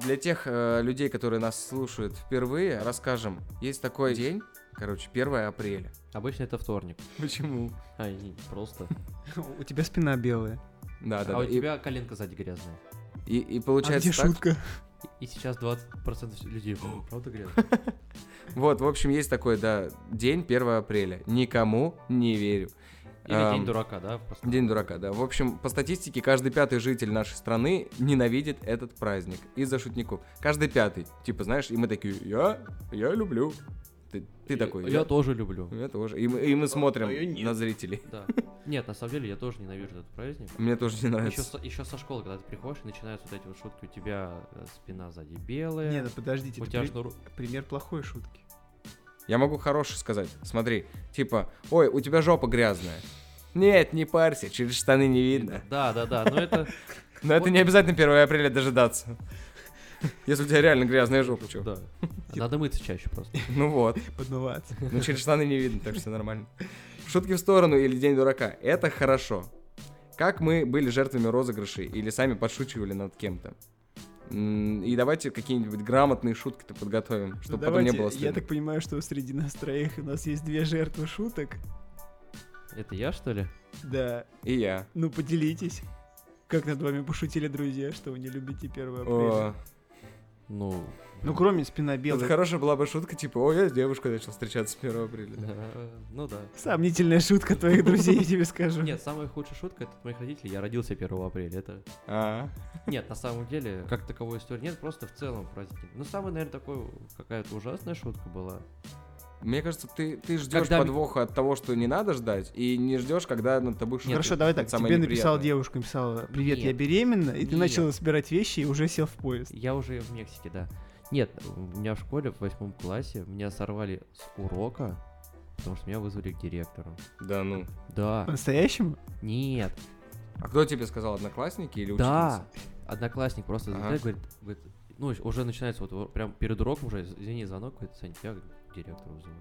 Для тех э, людей, которые нас слушают впервые, расскажем. Есть такой день, короче, 1 апреля. Обычно это вторник. Почему? А, извини, просто. У тебя спина белая. Да, да. а у да. И- тебя коленка сзади грязная. И, и А где получается так. шутка? И сейчас 20% людей. «О, Правда грязная? Вот, в общем, есть такой, да, день 1 апреля. Никому не верю. Или день Эм, дурака, да? просто. День дурака, да. В общем, по статистике, каждый пятый житель нашей страны ненавидит этот праздник из-за шутников. Каждый пятый. Типа, знаешь, и мы такие, я, я люблю. Ты, ты такой, Я тоже люблю. Я тоже. И мы, и мы смотрим а я нет. на зрителей. Да. Нет, на самом деле я тоже ненавижу этот праздник. Мне тоже не Еще, нравится. со- еще со школы, когда ты приходишь, и начинаются вот эти вот шутки, у тебя э, спина сзади Э, белая, ну, Нет, ну подождите, у это тебя при- шнур... пример плохой шутки. Я могу хороший сказать. Смотри, типа, ой, у тебя жопа грязная. Нет, не парься, через штаны не видно. Да, да, да, но это... Но это не обязательно 1 апреля дожидаться. Если у тебя реально грязная жопа, чё? Да. Надо мыться чаще просто. Ну вот. Подмываться. Ну, через штаны не видно, так что нормально. Шутки в сторону или День дурака. Это хорошо. Как мы были жертвами розыгрышей или сами подшучивали над кем-то. М, И давайте какие-нибудь грамотные шутки-то подготовим, Ну, чтобы потом не давайте, было я стыдно. так понимаю, что среди нас троих у нас есть две жертвы шуток. Это я, что ли? Да, И я. ну поделитесь. Как над вами пошутили друзья, что вы не любите 1 апреля. О, Ну... Ну, кроме спина Это белая. хорошая была бы шутка, типа, о, я с девушкой начал встречаться с 1 апреля. да. э, Ну да. Сомнительная шутка твоих друзей, я тебе скажу. Нет, самая худшая шутка это от моих родителей. Я родился 1 апреля. Это А, нет, на самом деле, как таковой истории нет, просто в целом праздники. Ну, самая, наверное, такой какая-то ужасная шутка была. Мне кажется, ты, ты ждешь Когда ми- подвоха от того, что не надо ждать, и не ждешь, когда над тобой шутят. Хорошо, давай так. Это самое Тебе написала неприятное. девушка, написала, привет, я Нет. беременна, и ты Нет. начала собирать вещи и уже сел в поезд. Я уже в Мексике, да. Нет, у меня в школе в восьмом классе меня сорвали с урока, потому что меня вызвали к директору. Да ну. Да, По-настоящему? нет, А кто тебе сказал, одноклассники или да. учительница? Одноклассник просто Ага. звонит, говорит, говорит, ну, уже начинается вот- вот прям перед уроком уже, извини, звонок, говорит, Сань, я говорит, к директору вызываю.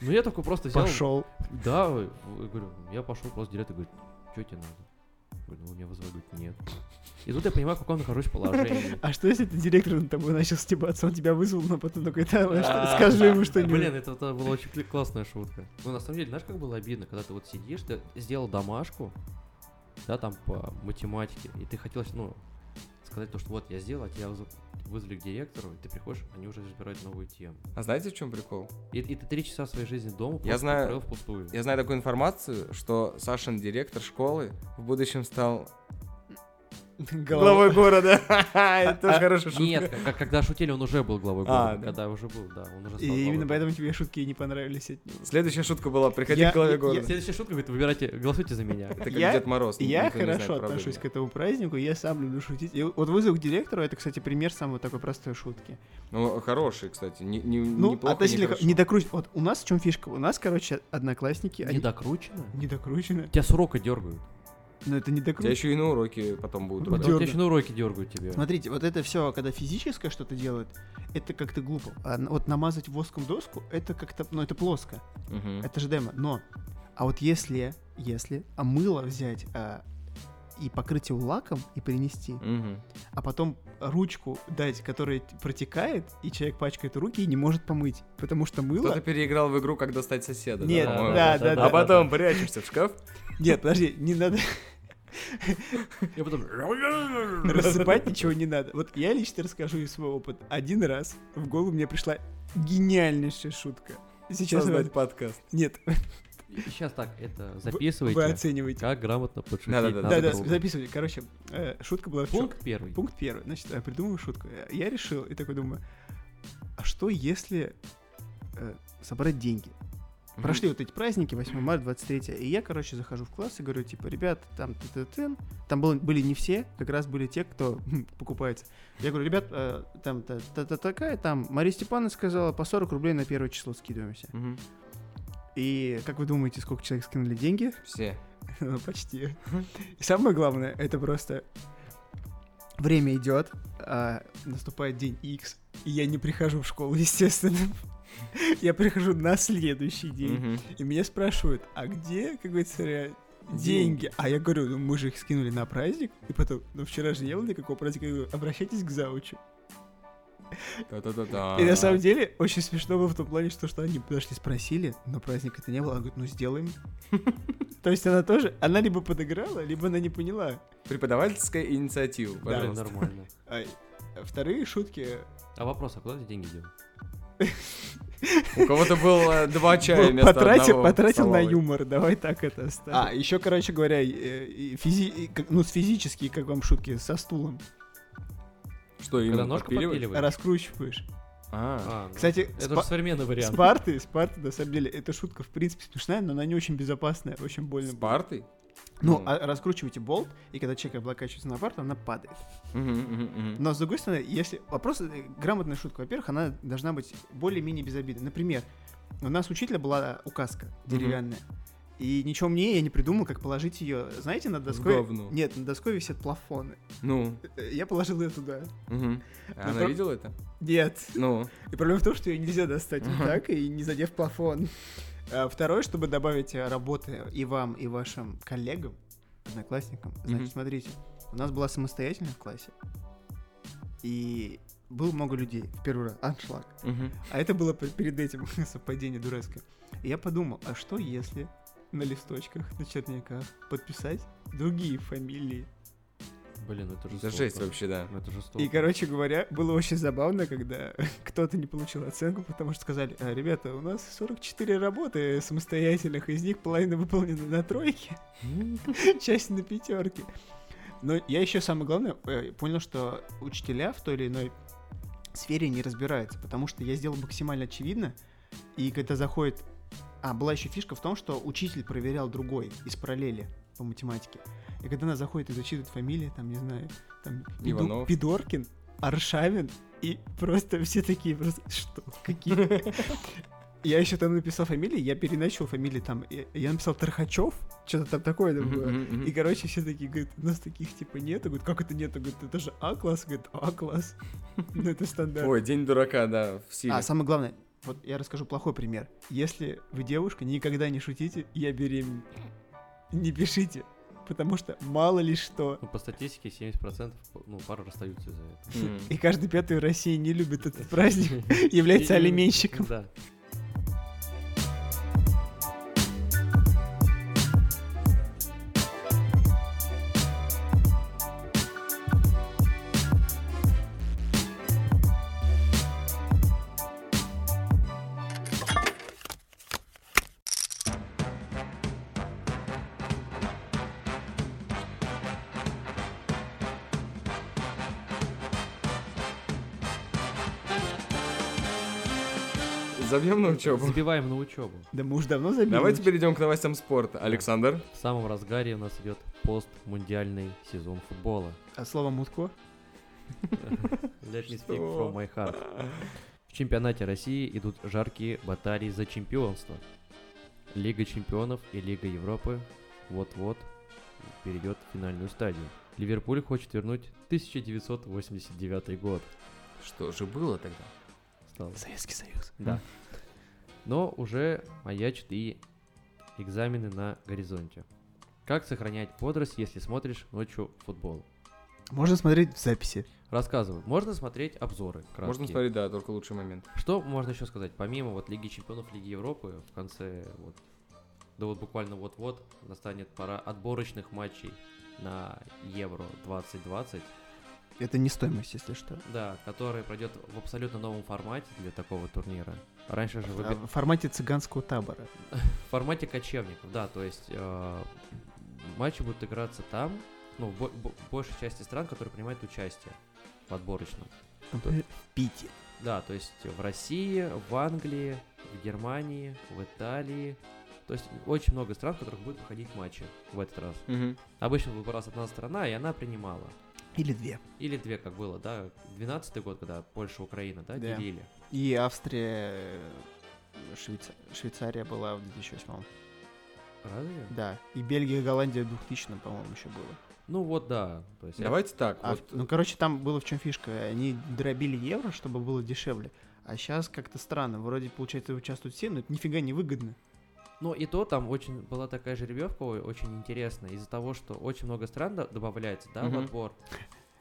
Ну, я такой просто взял... Пошел. Да, э, э, говорю, я пошел просто директор, говорит, что тебе надо? Говорю, ну, меня вызвали, говорит, нет. И тут я понимаю, в каком нахожусь положении. А что если ты директор над тобой начал стебаться, он тебя вызвал, но потом такой, давай, А, что- скажи ему что-нибудь. Блин, это, это была очень кли- классная шутка. Ну, на самом деле, знаешь, как было обидно, когда ты вот сидишь, ты сделал домашку, да, там по математике, и ты хотел, ну, сказать то, что вот я сделал, а тебя вызв- вызвали к директору, и ты приходишь, они уже разбирают новую тему. А знаете, в чем прикол? И, и ты три часа своей жизни дома Я знаю- провел впустую. Я знаю такую информацию, что Сашин директор школы в будущем стал Голова. города. Это А- тоже хорошая шутка. Нет, как- когда шутили, он уже был главой А, города. да. Когда уже был, да, он уже стал И именно главой поэтому тебе шутки и не понравились от него. Следующая шутка была «Приходи Я- к главе я- города. города». Следующая шутка говорит, выбирайте, голосуйте за меня. Это как я- Дед Мороз. Я никто не знает хорошо правду. отношусь к этому празднику, я сам люблю шутить. И вот вызов к директору это, кстати, пример самой такой простой шутки. Ну, хороший, кстати. не- не- Ну, неплохо, относительно нехорошо. не докручено. Вот у нас в чем фишка? У нас, короче, одноклассники, они Недокручено? не докручены. Тебя с урока дергают. Но это не Тебя докручено. еще и на уроки потом будут. Потом- ругать. Потом Дёргают. тебя еще на уроке дергают тебе. Смотрите, вот это все, когда физическое что-то делают, это как-то глупо. А н- вот намазать воском доску, это как-то, ну, это плоско. Мгм. Это же демо. Но, а вот если, если, а мыло взять а, и покрыть его лаком и принести, Мгм. а потом ручку дать, которая т- протекает, и человек пачкает руки и не может помыть, потому что мыло... Кто-то переиграл в игру «Как достать соседа». Нет, по-моему? да, да, да. А потом прячешься в шкаф. Нет, подожди, не надо Я потом... рассыпать, ничего не надо. Вот я лично расскажу из своего опыта. Один раз в голову мне пришла гениальнейшая шутка. Сейчас вы- Создать подкаст. Нет, Сейчас так, это вы- записывайте. вы оцениваете. Как грамотно подшутить Да-да-да. над Да, да, другом. записывайте. Короче, э, шутка была в чём? Пункт первый. Пункт первый. Значит, я придумал шутку. Э, Я решил и такой думаю, а что если э, собрать деньги? Прошли вот эти праздники, 8 марта, 23 И я, короче, захожу в класс и говорю, типа, ребят, там ты Там был- были не все, как раз были те, кто хм, покупается. Я говорю, ребят, э, там та- та- та- такая, там Мария Степановна сказала, по 40 рублей на первое число скидываемся. Мгм. И как вы думаете, сколько человек скинули деньги? Все. Ну, почти. И самое главное, это просто время идет, а наступает день X, и я не прихожу в школу, естественно. Я прихожу на следующий день. Мгм. И меня спрашивают, а где, как говорится, ре- деньги. А я говорю, ну мы же их скинули на праздник, и потом, ну вчера же не было никакого праздника, я говорю, обращайтесь к заучу. Та-та-та-та. И на самом деле очень смешно было в том плане, что, что они подошли, спросили, но праздника это не было, она говорит, ну сделаем. То есть она тоже, она либо подыграла, либо она не поняла. Преподавательская инициатива, Да. Блин, пожалуйста. нормально. А Вторые шутки А вопрос, а куда ты деньги дел? У кого-то было два чая Был- вместо потратил, одного в потратил на столовой. юмор, давай так это оставим. А, еще, короче говоря, э, и физи- и как- ну, с физические, как вам шутки, со стулом Что, Когда именно ножку подпиливать? подпиливаешь? раскручиваешь. А, А, ну, Кстати, с, это же современный вариант. парты, с парты, на самом деле, эта шутка, в принципе, смешная, но она не очень безопасная, очень больно. с партой? Ну, Ну. а раскручивайте болт, и когда человек облокачивается на парту, она падает. Мгм, мгм, мгм. Но, с другой стороны, если... Вопрос, э, грамотная шутка, во-первых, она должна быть более-менее без обиды. Например, у нас у учителя была указка деревянная, и ничего мне я не придумал, как положить ее. Знаете, на доской... говно. Нет, на доской висят плафоны. Ну, Э, Я положил ее туда. мгм. Ну, Она про- видела это? Нет. Ну, И проблема в том, что ее нельзя достать вот Мгм. так, и не задев плафон. А Второе, чтобы добавить э, работы и вам, и вашим коллегам, одноклассникам, значит, Мгм. смотрите, у нас была самостоятельная в классе, и было много людей в первый раз, аншлаг. мгм. А это было пер- перед этим совпадение дурацкое. И я подумал, а что если на листочках, на черниках подписать другие фамилии? Блин, это же это жесть вообще, да. Это жестоко. И, короче говоря, было очень забавно, когда кто-то не получил оценку, потому что сказали, «А, ребята, у нас 44 работы самостоятельных, из них половина выполнена на тройке, часть на пятерке. Но я еще самое главное э, понял, что учителя в той или иной сфере не разбираются, потому что я сделал максимально очевидно, и когда заходит... А, была еще фишка в том, что учитель проверял другой из параллели по математике. И когда она заходит и зачитывает фамилии, там, не знаю, там, Пиду- Иванов. Пидоркин, Аршавин, и просто все такие просто, что, какие? Я еще там написал фамилии, я переначал фамилии там, я, я написал Тархачев, что-то там такое там Мгм, было. мгм, мгм. И, короче, все такие, говорят, у нас таких типа нету. Говорят, как это нету? Говорят, это же А-класс. Говорят, А-класс. Ну, это стандарт. Ой, день дурака, да, в силе. А самое главное, вот я расскажу плохой пример. Если вы девушка, никогда не шутите, я беременна. Не пишите, потому что мало ли что. Ну, по статистике 70% ну, пар расстаются из-за этого. М. И каждый пятый в России не любит этот праздник, является И- и- алименщиком. Да. Забьем на учебу. Забиваем на учебу. Да мы уж давно забили. Давайте перейдем к новостям спорта. Александр? В самом разгаре у нас идет постмундиальный сезон футбола. А слово «мутко»? Let me Что? speak from my heart. В чемпионате России идут жаркие баталии за чемпионство. Лига чемпионов и Лига Европы вот-вот перейдет в финальную стадию. Ливерпуль хочет вернуть 1989 год. Что же было тогда? Стало. Советский Союз. Да. Но уже маячат и экзамены на горизонте. Как сохранять бодрость, если смотришь ночью футбол? Можно смотреть в записи. Рассказываю. Можно смотреть обзоры. Краткие. Можно смотреть, да, только лучший момент. Что можно еще сказать? Помимо вот Лиги Чемпионов, Лиги Европы, в конце вот, да вот буквально вот-вот настанет пора отборочных матчей на Евро 2020, Это не стоимость, если что. да, который пройдет в абсолютно новом формате для такого турнира. Раньше же А, выбит- В формате цыганского табора. в формате кочевников, да, то есть э, матчи будут играться там, ну, в бо- бо- большей части стран, которые принимают участие в отборочном. Например, Ну, в Питере. Да, то есть в России, в Англии, в Германии, в Италии. То есть очень много стран, в которых будут проходить матчи в этот раз. Обычно выбиралась одна страна, и она принимала. Или две. Или две, как было, да, 12-й год, когда Польша, Украина, да, Да. делили. И Австрия, э, Швейца- Швейцария была в 2008 Разве? Да. И Бельгия, Голландия в 2000 по-моему, еще было. Ну вот, да. То есть, Давайте так, А, вот Ну, короче, там было в чем фишка. Они дробили евро, чтобы было дешевле. А сейчас как-то странно. Вроде, получается, участвуют все, но это нифига не выгодно. Но Ну и то там очень была такая жеребьевка о- очень интересная из-за того, что очень много стран до- добавляется, да, в Мгм. отбор.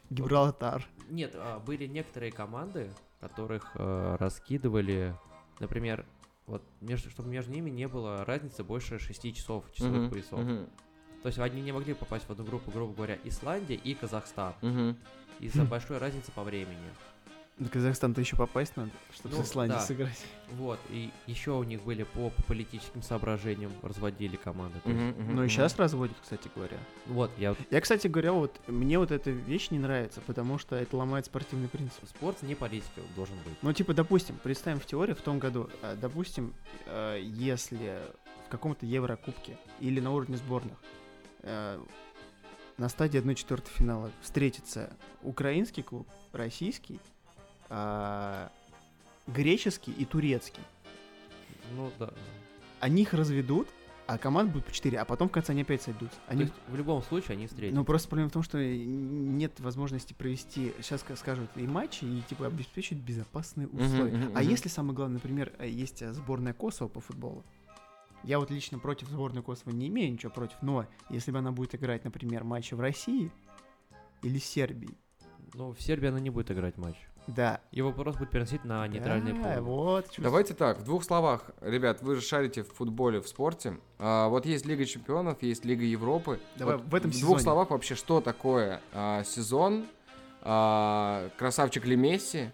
Гибралтар. Нет, а, были некоторые команды, которых э, раскидывали, например, вот между, чтобы между ними не было разницы больше 6 часов часовых Мгм, поясов. мгм, То есть они не могли попасть в одну группу, грубо говоря, Исландия и Казахстан мгм. из-за Хм. большой разницы по времени. На Казахстан-то еще попасть надо, чтобы Ну, с Исландией да. сыграть. Вот, и еще у них были по политическим соображениям разводили команды. То есть, Мгм, мгм, Ну и мгм. сейчас разводят, кстати говоря. Вот, я вот- Я, кстати говоря, вот мне вот эта вещь не нравится, потому что это ломает спортивный принцип. спорт не политика должен быть. Ну, типа, допустим, представим в теории в том году, э, допустим, э, если в каком-то Еврокубке или на уровне сборных э, на стадии 1-4 финала встретится украинский клуб, российский, а, греческий и турецкий. Ну да. Они их разведут, а команд будет по 4, а потом в конце они опять сойдутся. Они... То есть в любом случае они встретятся. Ну, просто проблема в том, что нет возможности провести, сейчас скажут, и матчи, и, типа, обеспечить безопасные Мгм, условия. мгм, А мгм. если самое главное, например, э, есть э, сборная Косово по футболу, я вот лично против сборной Косово не имею ничего против, но если бы она будет играть, например, матчи в России или Сербии, Ну, в Сербии она не будет играть матч. да, Его просто будет переносить на нейтральный да, пол. вот, чувствую. Давайте так, в двух словах, ребят, вы же шарите в футболе, в спорте. А, вот есть Лига чемпионов, есть Лига Европы. Давай Вот в этом в сезоне. двух словах вообще, что такое а, сезон, а, красавчик ли Месси,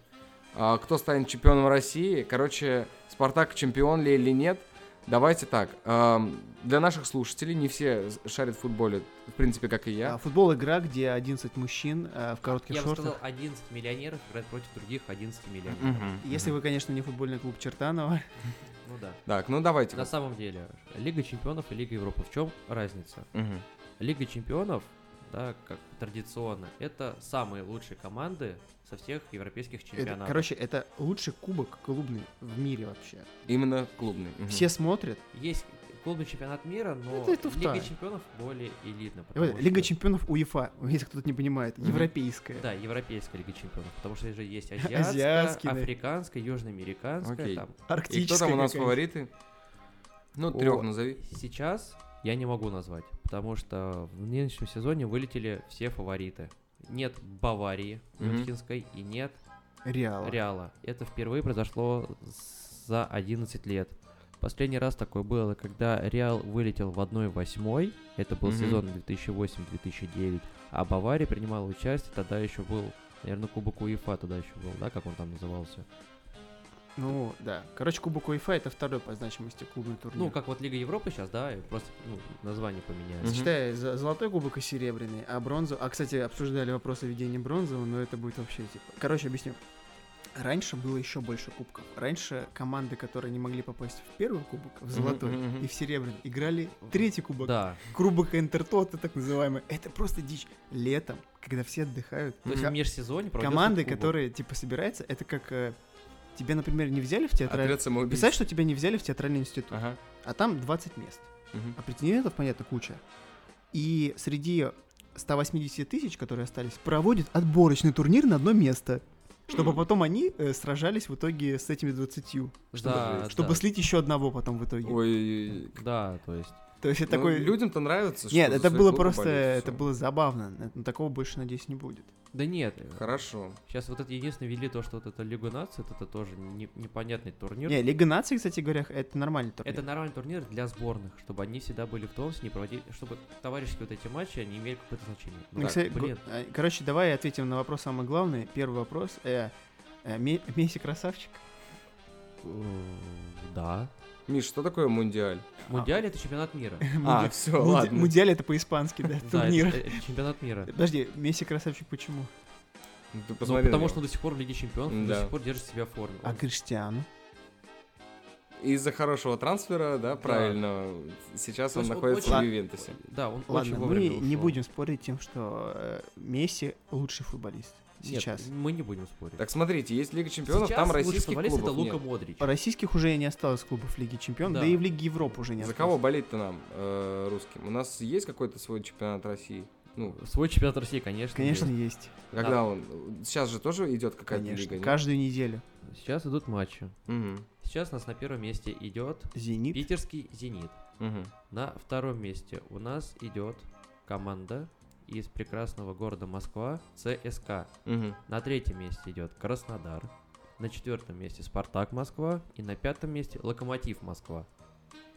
а, кто станет чемпионом России, короче, Спартак чемпион ли или нет. Давайте так, ам, для наших слушателей, не все з- шарят в футболе, в принципе, как и А, я. Футбол игра, где 11 мужчин э, в коротких Я бы шортах. сказал, 11 миллионеров играет против других 11 миллионеров. Мгм. Если вы, конечно, не футбольный клуб Чертанова, Ну да. Так, ну давайте. На самом деле, Лига чемпионов и Лига Европы. В чем разница? Мгм. Лига чемпионов, да, как традиционно, это самые лучшие команды со всех европейских это, чемпионатов. короче, это лучший кубок клубный в мире вообще. Именно клубный. Мгм. Все смотрят. Есть клубный чемпионат мира, но Это и туфта. Лига чемпионов более элитна. И вот потому Лига что- чемпионов УЕФА, если кто-то не понимает, Мгм. европейская. Да, Европейская Лига чемпионов, потому что же есть азиатская, Азиатский, да. африканская, южноамериканская. Окей. Там. Арктическая. И кто там у нас какая-нибудь. фавориты? Ну, О. трех назови. Сейчас я не могу назвать, потому что в нынешнем сезоне вылетели все фавориты. Нет Баварии Мгм. Мюнхенской и нет Реал. Реала. Это впервые произошло за 11 лет. Последний раз такое было, когда Реал вылетел в 1-8, это был Мгм. сезон 2008-2009, а Бавария принимала участие, тогда еще был, наверное, Кубок УЕФА тогда еще был, да, как он там назывался? Ну, да. Короче, Кубок УЕФА это второй по значимости клубный турнир. Ну, как вот Лига Европы сейчас, да, и просто ну, название поменяли. Мгм. Считай, за- золотой кубок и серебряный, а бронзу... А, кстати, обсуждали вопрос о введении бронзового, но это будет вообще типа... Короче, объясню. Раньше было еще больше кубков. Раньше команды, которые не могли попасть в первый кубок, в золотой мгм, мгм. и в серебряный, играли третий кубок. Да, Кубок Интертота, так называемый. Это просто дичь. Летом, когда все отдыхают. то есть ко- в межсезонье проводился команды, кубок. которые, типа, собираются, это как... э, тебя, например, не взяли в театральный... Отряд самоубийц. Писать, что тебя не взяли в театральный институт. Ага. А там 20 мест. Мгм. А претендентов, понятно, куча. И среди 180 тысяч, которые остались, проводит отборочный турнир на одно место. Чтобы потом они э, сражались в итоге с этими 20. Чтобы, Да, чтобы да. слить еще одного потом в итоге. Ой, Да, то есть. То есть это Ну, такой... Людям-то нравится. что Нет, за это свои было клубы просто... болеют, это всё. было забавно. Э, ну, Такого больше, надеюсь, не будет. Да нет, Хорошо. сейчас вот это единственное ввели то, что вот это Лига наций, вот это тоже не- непонятный турнир. Не, Лига наций, кстати говоря, это нормальный турнир. Это нормальный турнир для сборных, чтобы они всегда были в тонусе, не проводили, чтобы товарищеские вот эти матчи, они имели какое-то значение. Ну, Так, кстати, го- блин. а, Короче, давай ответим на вопрос самый главный. Первый вопрос. Э, э, Ме- Месси красавчик? Э, Да. Миш, что такое мундиаль? Мундиаль это чемпионат мира. А, Мунди- все, мунди- ладно. Мундиаль это э, по-испански, да, Да, турнир. это- это чемпионат мира. Подожди, Месси красавчик почему? Ну, ты Ну, посмотри на потому него. что он до сих пор в Лиге Чемпионов, он Да. до сих пор держит себя в форме. А Он- Криштиану? Из-за хорошего трансфера, да, правильно. Сейчас То он есть он находится в очень- Ювентусе. Да, он очень Ладно, мы вовремя не ушел. будем спорить тем, что э, Месси лучший футболист Нет, сейчас. мы не будем спорить. Так смотрите, есть Лига Чемпионов, Сейчас там лучший российских футболист клубов это Лука нет. Модрич. Российских уже не осталось клубов Лиги Чемпионов, да. Да. и в Лиге Европы уже не За осталось. кого болеть-то нам, э, русским? У нас есть какой-то свой чемпионат России? Ну, Свой чемпионат России, конечно. Конечно, есть. есть. когда он... Сейчас же тоже идет какая-то Конечно. лига, нет? Каждую неделю. Сейчас идут матчи. Мгм. Сейчас у нас на первом месте идет Зенит. питерский «Зенит». Мгм. На втором месте у нас идет команда из прекрасного города Москва ЦСКА. Мгм. На третьем месте идет Краснодар. На четвертом месте Спартак Москва. И на пятом месте Локомотив Москва.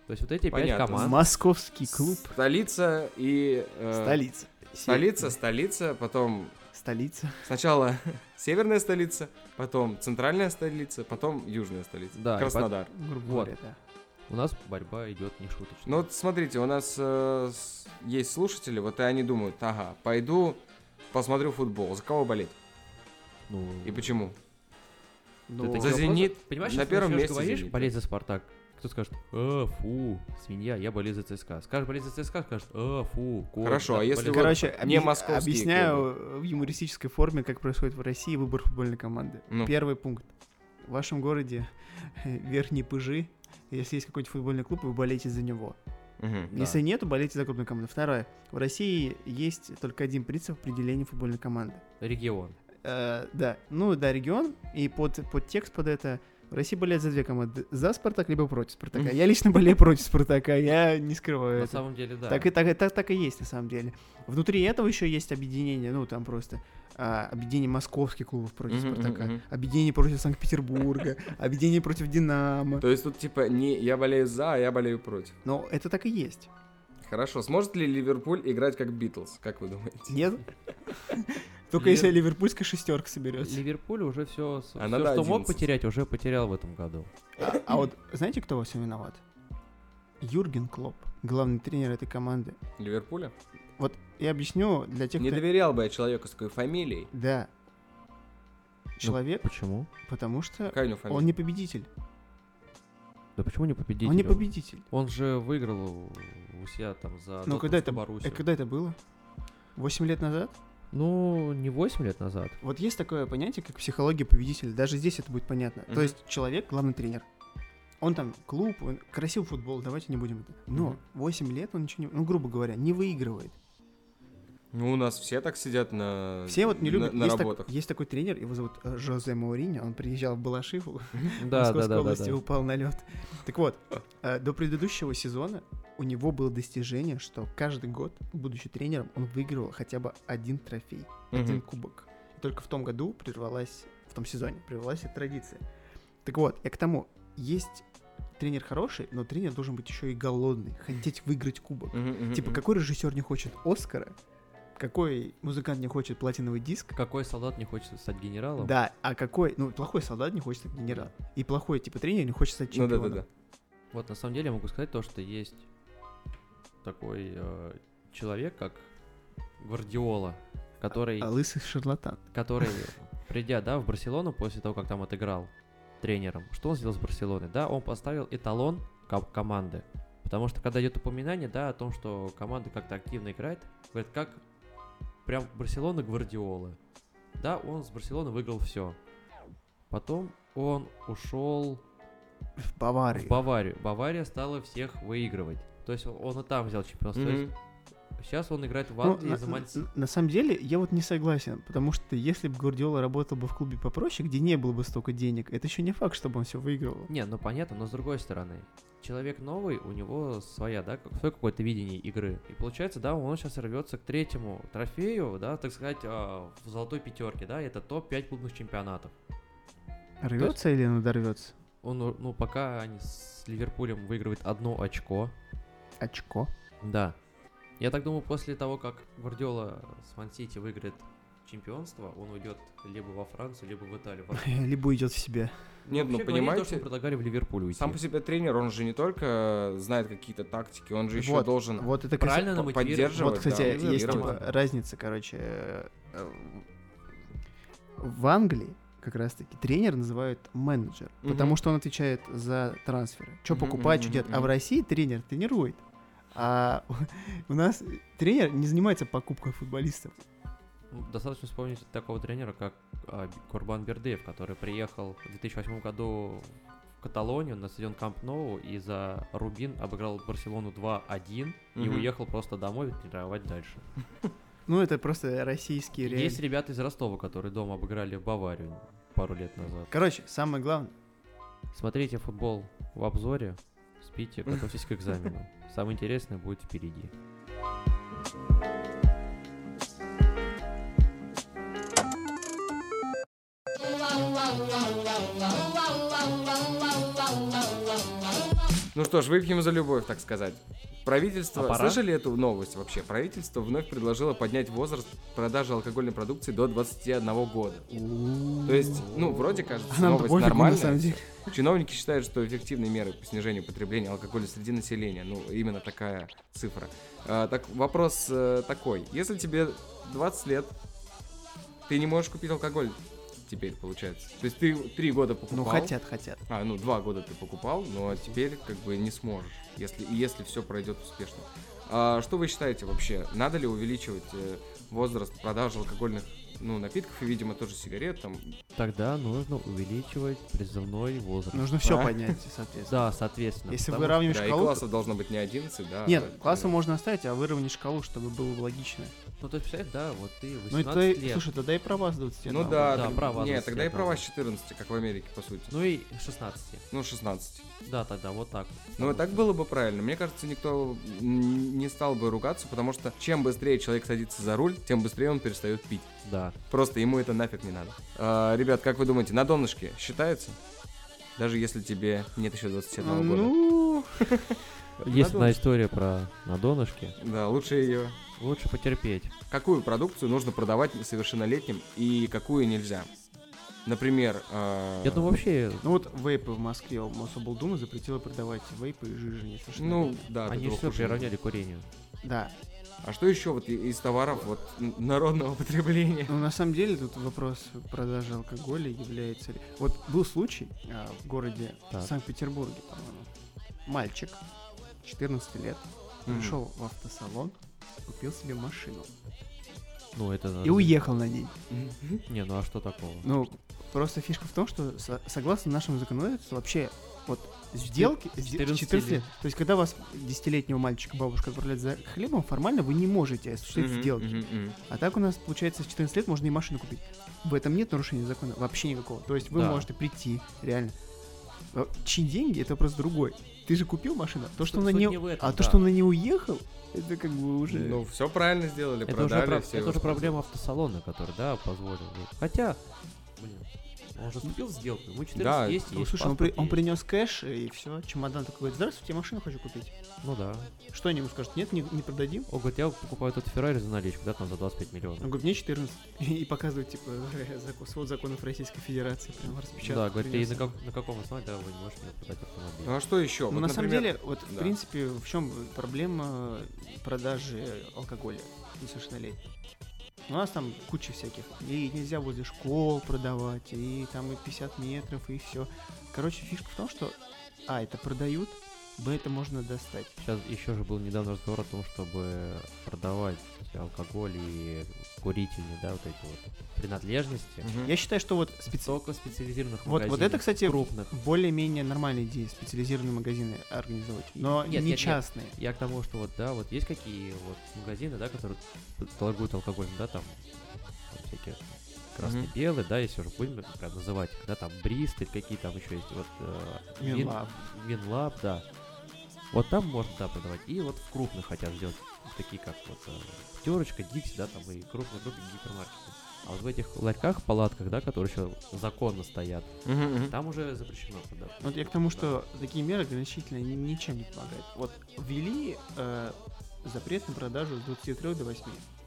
То есть вот эти Понятно. пять команд. Московский клуб. Столица и... э, Столица. Столица, столица, потом Столица. сначала северная столица, потом центральная столица, потом южная столица. Да, и Краснодар. Грубо Вот. говоря, да. У нас борьба идет не шуточная. Ну вот смотрите, у нас э, с- есть слушатели, вот и они думают, ага, пойду посмотрю футбол. За кого болеть? Ну, И почему? ты Ну, таким за образом- «Зенит» Понимаешь, на если ты первом начнёшь месте говоришь, «Зенит», да. болеть за Спартак. Кто скажет, э, фу, свинья, я болею за ЦСКА. Скажешь, болеть за ЦСКА, скажет, э, фу, конь, Хорошо, да, а если болею вот за- Короче, не объяс- московские объясняю в юмористической форме, как происходит в России выбор футбольной команды. Ну. Первый пункт. В вашем городе верхние пыжи, если есть какой-нибудь футбольный клуб, вы болеете за него. Мгм, да. Если нет, болейте за крупную команду. Второе. В России есть только один принцип определения футбольной команды. Регион. Э, да, ну да, регион, и под, под текст под это в России болеют за две команды. За Спартак, либо против Спартака. Я лично болею против Спартака, я не скрываю Ну, На это. самом деле, да. Так и, так, и- так, так и есть, на самом деле. Внутри этого еще есть объединение, ну, там просто а, объединение московских клубов против Мгм, Спартака, мгм, мгм. объединение против Санкт-Петербурга, объединение против Динамо. То есть тут типа не я болею за, а я болею против. Но это так и есть. Хорошо, сможет ли Ливерпуль играть как Битлз, как вы думаете? Нет? Только Лев- если ливерпульская шестерка соберется. Ливерпуль уже все, А надо что мог 11. потерять, уже потерял в этом году. А а вот знаете, кто во всем виноват? Юрген Клоп, главный тренер этой команды. Ливерпуля? Вот я объясню для тех, Не кто... доверял бы я человеку с такой фамилией. Да. Ну, Человек, Почему? потому что Какая у него фамилия? он не победитель. Да почему не победитель? Он не победитель. Он же выиграл у- у себя там за Ну, Дортмундскую когда это, э, Боруссию. когда это было? Восемь лет назад? Ну, не 8 лет назад. Вот есть такое понятие, как психология победителя. Даже здесь это будет понятно. Мгм. То есть человек главный тренер. Он там клуб, он красивый футбол, давайте не будем это. Но Мгм. 8 лет он ничего не, ну, грубо говоря, не выигрывает. Ну, у нас все так сидят на... Все вот не Э, на- любят. На, есть, так- работах. есть такой тренер, его зовут э, Жозе Мауриньо, он приезжал в Балашиву, Да, да, Московской да, да, области да. упал на лед. Так вот, э, до предыдущего сезона у него было достижение, что каждый год, будучи тренером, он выигрывал хотя бы один трофей, Мгм. один кубок. И только в том году прервалась, в том сезоне прервалась эта традиция. Так вот, я к тому, есть тренер хороший, но тренер должен быть еще и голодный, хотеть выиграть кубок. Мгм, мгм, Типа, мгм. какой режиссер не хочет Оскара, какой музыкант не хочет платиновый диск, Какой солдат не хочет стать генералом? да, а какой, ну, плохой солдат не хочет стать генералом, и плохой, типа, тренер не хочет стать Ну да, чемпионом. да, да. Вот на самом деле я могу сказать то, что есть такой э, человек, как Гвардиола, который, А лысый шарлатан. который придя да, в Барселону после того, как там отыграл тренером, что он сделал с Барселоной? Да, он поставил эталон ко- команды. Потому что когда идет упоминание, да, о том, что команда как-то активно играет, говорит, как прям Барселона Гвардиола. Да, он с Барселоны выиграл все. Потом он ушел В Баварии. в Баварию. Бавария стала всех выигрывать. То есть он, он и там взял чемпионство. То Мгм. есть сейчас он играет в Ну, Англии на, за Ман- на- на самом деле, я вот не согласен, потому что если бы Гвардиола работал бы в клубе попроще, где не было бы столько денег, это еще не факт, чтобы он все выигрывал. Не, ну понятно, но с другой стороны. Человек новый, у него своя, да, как- свое какое-то видение игры. И получается, да, он сейчас рвется к третьему трофею, да, так сказать, а, в золотой пятерке, да, это топ-5 клубных чемпионатов. Рвется или он дорвется? Он, ну, ну, пока они с Ливерпулем выигрывают одно очко, Очко. Да. Я так думаю, после того, как Гвардиола с Мансити выиграет чемпионство, он уйдет либо во Францию, либо в Италию. Во- Либо идет в себя. Нет, ну, вообще говорили то, понимаете, что предлагали в Ливерпуль уйти. Сам по себе тренер, он же не только знает какие-то тактики, он же еще Вот, должен Вот это, кстати, Правильно по- намотивировать. поддерживать. Вот, кстати, да, есть мотивировать. типа, разница, короче. э, э, В Англии как раз-таки тренер называют менеджер, потому Мгм. что он отвечает за трансферы. Что Мгм, покупать, что мгм, делать. А в мгм. России тренер тренирует. А у нас тренер не занимается покупкой футболистов. Ну, Достаточно вспомнить такого тренера, как а, Б- Курбан Бердеев, который приехал в 2008 году в Каталонию на стадион Камп Ноу и за Рубин обыграл Барселону 2-1 и Мгм. уехал просто домой тренировать дальше. Ну, это просто российские реалии. Есть ребята из Ростова, которые дома обыграли Баварию пару лет назад. Короче, самое главное. Смотрите футбол в обзоре, спите, готовьтесь к экзамену. Самое интересное будет впереди. Ну что ж, выпьем за любовь, так сказать. Правительство... А пора? Слышали эту новость вообще? Правительство вновь предложило поднять возраст продажи алкогольной продукции до 21 года. То есть, ну, вроде кажется, А нам-то новость пофигу, на нормальная. самом деле. Чиновники считают, что эффективные меры по снижению потребления алкоголя среди населения, ну, именно такая цифра. А, так, вопрос э, такой. Если тебе 20 лет, ты не можешь купить алкоголь теперь, получается. То есть ты три года покупал. Ну, хотят, хотят. А, ну два года ты покупал, но теперь как бы не сможешь, если, если все пройдет успешно. А что вы считаете вообще? Надо ли увеличивать э, возраст продажи алкогольных ну, напитков и, видимо, тоже сигарет там? Тогда нужно увеличивать призывной возраст. Нужно все А? поднять, соответственно. Да, соответственно. Ну, Если потому выравниваешь Да, и э, шкалу... классов должно быть не 11, да. а Нет, да, классы да. можно оставить, а выровнять шкалу, чтобы было логично. что- Ну, то есть, представляешь, да, вот ты 18 Ну, и тогда, лет. слушай, тогда и права с 20 Ну на да, да, так- права Нет, 21 тогда и надо. права с 14, как в Америке, по сути. Ну и 16. Ну, 16. Да, тогда вот так. Ну, и так было бы правильно. Мне кажется, никто м, не стал бы ругаться, потому что чем быстрее человек садится за руль, тем быстрее он перестает пить. Да. Просто ему это нафиг не надо. А, ребят, как вы думаете, на донышке считается? Даже если тебе нет еще 21 А, года. Ну, Есть одна Надо- история про на донышке. Да, лучше ее. Лучше потерпеть. Какую продукцию нужно продавать несовершеннолетним и какую нельзя? Например, э, Я думаю, вообще, ну вот вейпы в Москве, Мособлдума запретила продавать вейпы и жижи несовершеннолетним. ну да, А. от они этого все хуже не приравняли к курению. Да. будет. А что еще вот и- из товаров вот н- народного потребления? Ну, на самом деле, тут вопрос продажи алкоголя является... ли- Вот был случай а, в городе Так. Санкт-Петербурге, по-моему. Мальчик, 14 лет, Мгм. пришел в автосалон, купил себе машину Ну, это... и надо- уехал на ней. Не, ну а что такого? Ну, просто фишка в том, что со- согласно нашему законодательству, вообще вот сделки с сде- 14 14 лет. лет. То есть, когда вас десятилетнего мальчика бабушка отправляет за хлебом, формально вы не можете осуществить Мгм, сделки. мгм, мгм. А так у нас, получается, с 14 лет можно и машину купить. В этом нет нарушения закона вообще никакого. То есть вы Да. можете прийти, реально. Э, Чьи деньги, это вопрос другой. Ты же купил машину, а то, что Суть- она суть не... не в этом, а да. то, что она не уехал, это как бы уже... Ну, все правильно сделали, это уже, продали. про- все это уже его- проблема автосалона, который, да, позволил. Хотя, блин, он же вступил в сделку, ему 14 Да, есть, Ну, есть, слушай, он, при- паспорт он есть. принес кэш, и все. Чемодан такой говорит, здравствуйте, я машину хочу купить. Ну да. Что они ему скажут? Нет, не, не продадим. Он говорит, я покупаю этот Феррари за наличку, да, там за 25 миллионов. Он говорит, мне 14. И показывает, типа, закон, свод законов Российской Федерации. Прям распечатан. да, говорит, и принес. на, как- на каком основании, да, вы не можете мне продать автомобиль. Ну а что еще? Ну, на самом деле, вот, в да. принципе, в чем проблема продажи алкоголя несовершеннолетним? У нас там куча всяких. И нельзя возле школ продавать, и там и 50 метров, и все. Короче, фишка в том, что, а, это продают, б, это можно достать. Сейчас еще же был недавно разговор о том, чтобы продавать алкоголь и курительные, да, вот эти вот принадлежности. Мгм. Я считаю, что вот специ... Только в специализированных Вот, вот это, магазинах, кстати, крупных. более-менее нормальная идея, специализированные магазины организовать, но Нет, нет, не нет. частные. Я к тому, что вот, да, вот есть какие вот магазины, да, которые торгуют алкоголем, да, там, там всякие красные, Мгм. белые, да, если уже будем прям называть, да, там Бристоль, какие там еще есть, вот... э, Вин- Минлаб. Винлаб, да. Вот там можно, да, продавать. И вот в крупных хотят сделать, такие как вот э, Пятерочка, Дикси, да, там и крупные группы гипермаркеты. А вот в этих ларьках, палатках, да, которые еще законно стоят, Мгм, мгм. там уже запрещено продавать. Вот я к тому, что такие меры ограничительные они ничем не помогают. Вот ввели э, запрет на продажу с 23 до 8.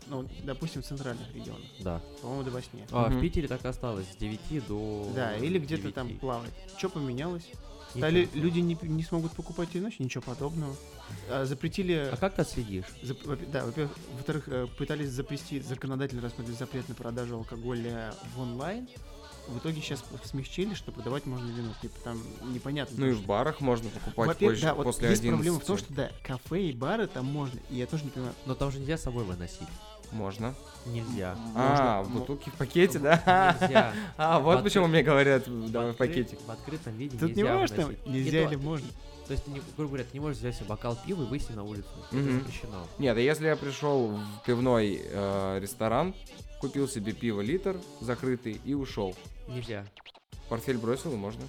Ну, допустим, в центральных регионах, Да. по-моему, до 8. А в Мгм. Питере так и осталось, с 9 до... да, или где-то 9. там плавать. Что поменялось? Ничего Стали не поменялось. люди не, п- не смогут покупать иначе, ничего подобного. А, запретили. А как ты отследишь? зап- во- да, во-первых, во-вторых, э, пытались запрести законодательно рассмотреть запрет на продажу алкоголя в онлайн. В итоге сейчас смягчили, что продавать можно вино. Типа там непонятно. Ну и в барах можно покупать Во-первых, позже, да, вот после есть 11. Ну, проблема в том, что да, кафе и бары там можно, и я тоже не понимаю. Но там же нельзя с собой выносить. Можно. Нельзя. А, Можно. Ну, бутылки в пакете, да? Нельзя. А, вот Откры- почему мне говорят, давай в откры- пакетик. В открытом виде Тут не нельзя важно, выносить. нельзя Не или то. можно. То есть, ты, не, грубо говоря, ты не можешь взять себе бокал пива и выйти на улицу. Это Мгм. запрещено. Нет, а если я пришел в пивной э, ресторан, купил себе пиво литр закрытый и ушел. Нельзя. Портфель бросил и можно.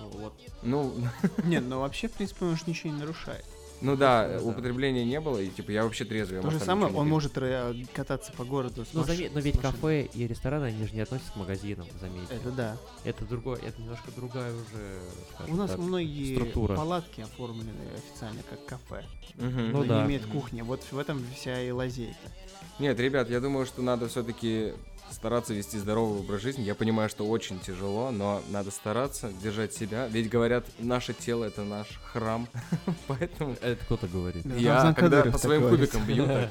Ну, вот. Ну, Не, ну вообще, в принципе, он же ничего не нарушает. ну да, Ну да. употребления не было, и типа я вообще трезвый. я, То же может, там самое, ничего не он пил. может э, кататься по городу с Но, маш- заметь, но ведь с машиной. кафе и рестораны, они же не относятся к магазинам, заметьте. Это да. Это другое, это немножко другая уже, скажем У нас так. многие структура. палатки оформлены официально как кафе. Мгм. Ну Они да. имеют кухня. Вот в этом вся и лазейка. Нет, ребят, я думаю, что надо все-таки стараться вести здоровый образ жизни. Я понимаю, что очень тяжело, но надо стараться держать себя. Ведь говорят, наше тело это наш храм. Поэтому Это кто-то говорит. Да, я Рамзан когда Кадыров по так своим говорит. кубикам бью, так,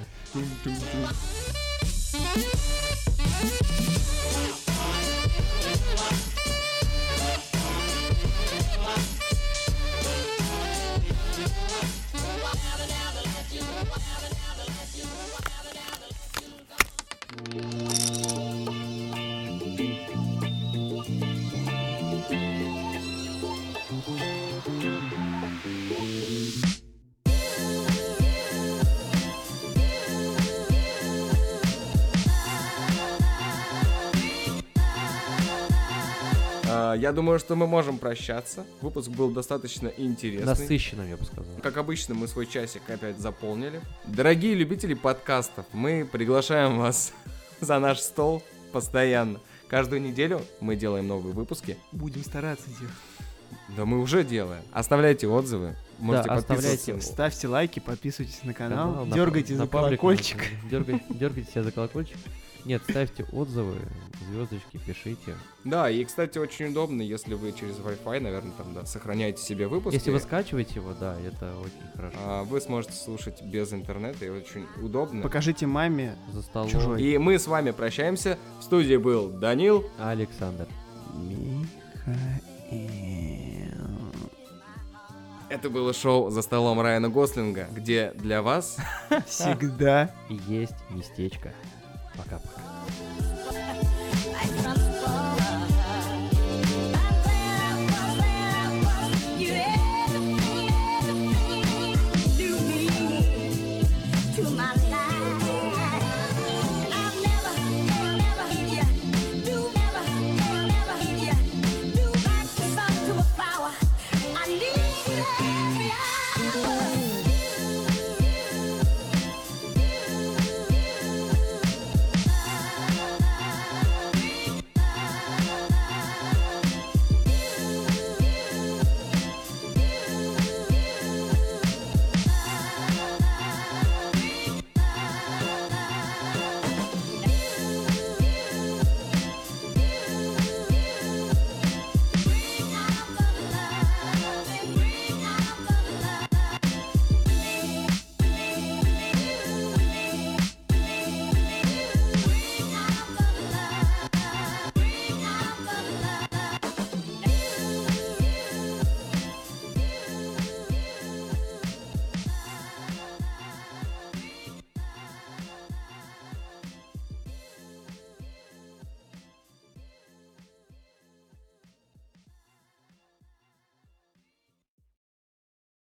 А, Я думаю, что мы можем прощаться. Выпуск был достаточно интересный. Насыщенным, я бы сказал. Как обычно, мы свой часик опять заполнили. Дорогие любители подкастов, мы приглашаем вас за наш стол постоянно. Каждую неделю мы делаем новые выпуски. Будем стараться, Дир. Да мы уже делаем. Оставляйте отзывы. Можете Да, подписываться. оставляйте. Ставьте лайки, подписывайтесь на канал, Канал, на дергайте паблик- за на паблик колокольчик. нужно. Дергай- Дергайте себя за колокольчик. Нет, ставьте отзывы, звездочки, пишите. Да, и, кстати, очень удобно, если вы через Wi-Fi, наверное, там, да, сохраняете себе выпуски. Если вы скачиваете его, да, это очень хорошо. а, вы сможете слушать без интернета, и очень удобно. Покажите маме. За столом Чужой. И мы с вами прощаемся. В студии был Данил. Александр. Михаил. Это было шоу «За столом Райана Гослинга», где для вас Всегда И есть местечко. Пока-пока.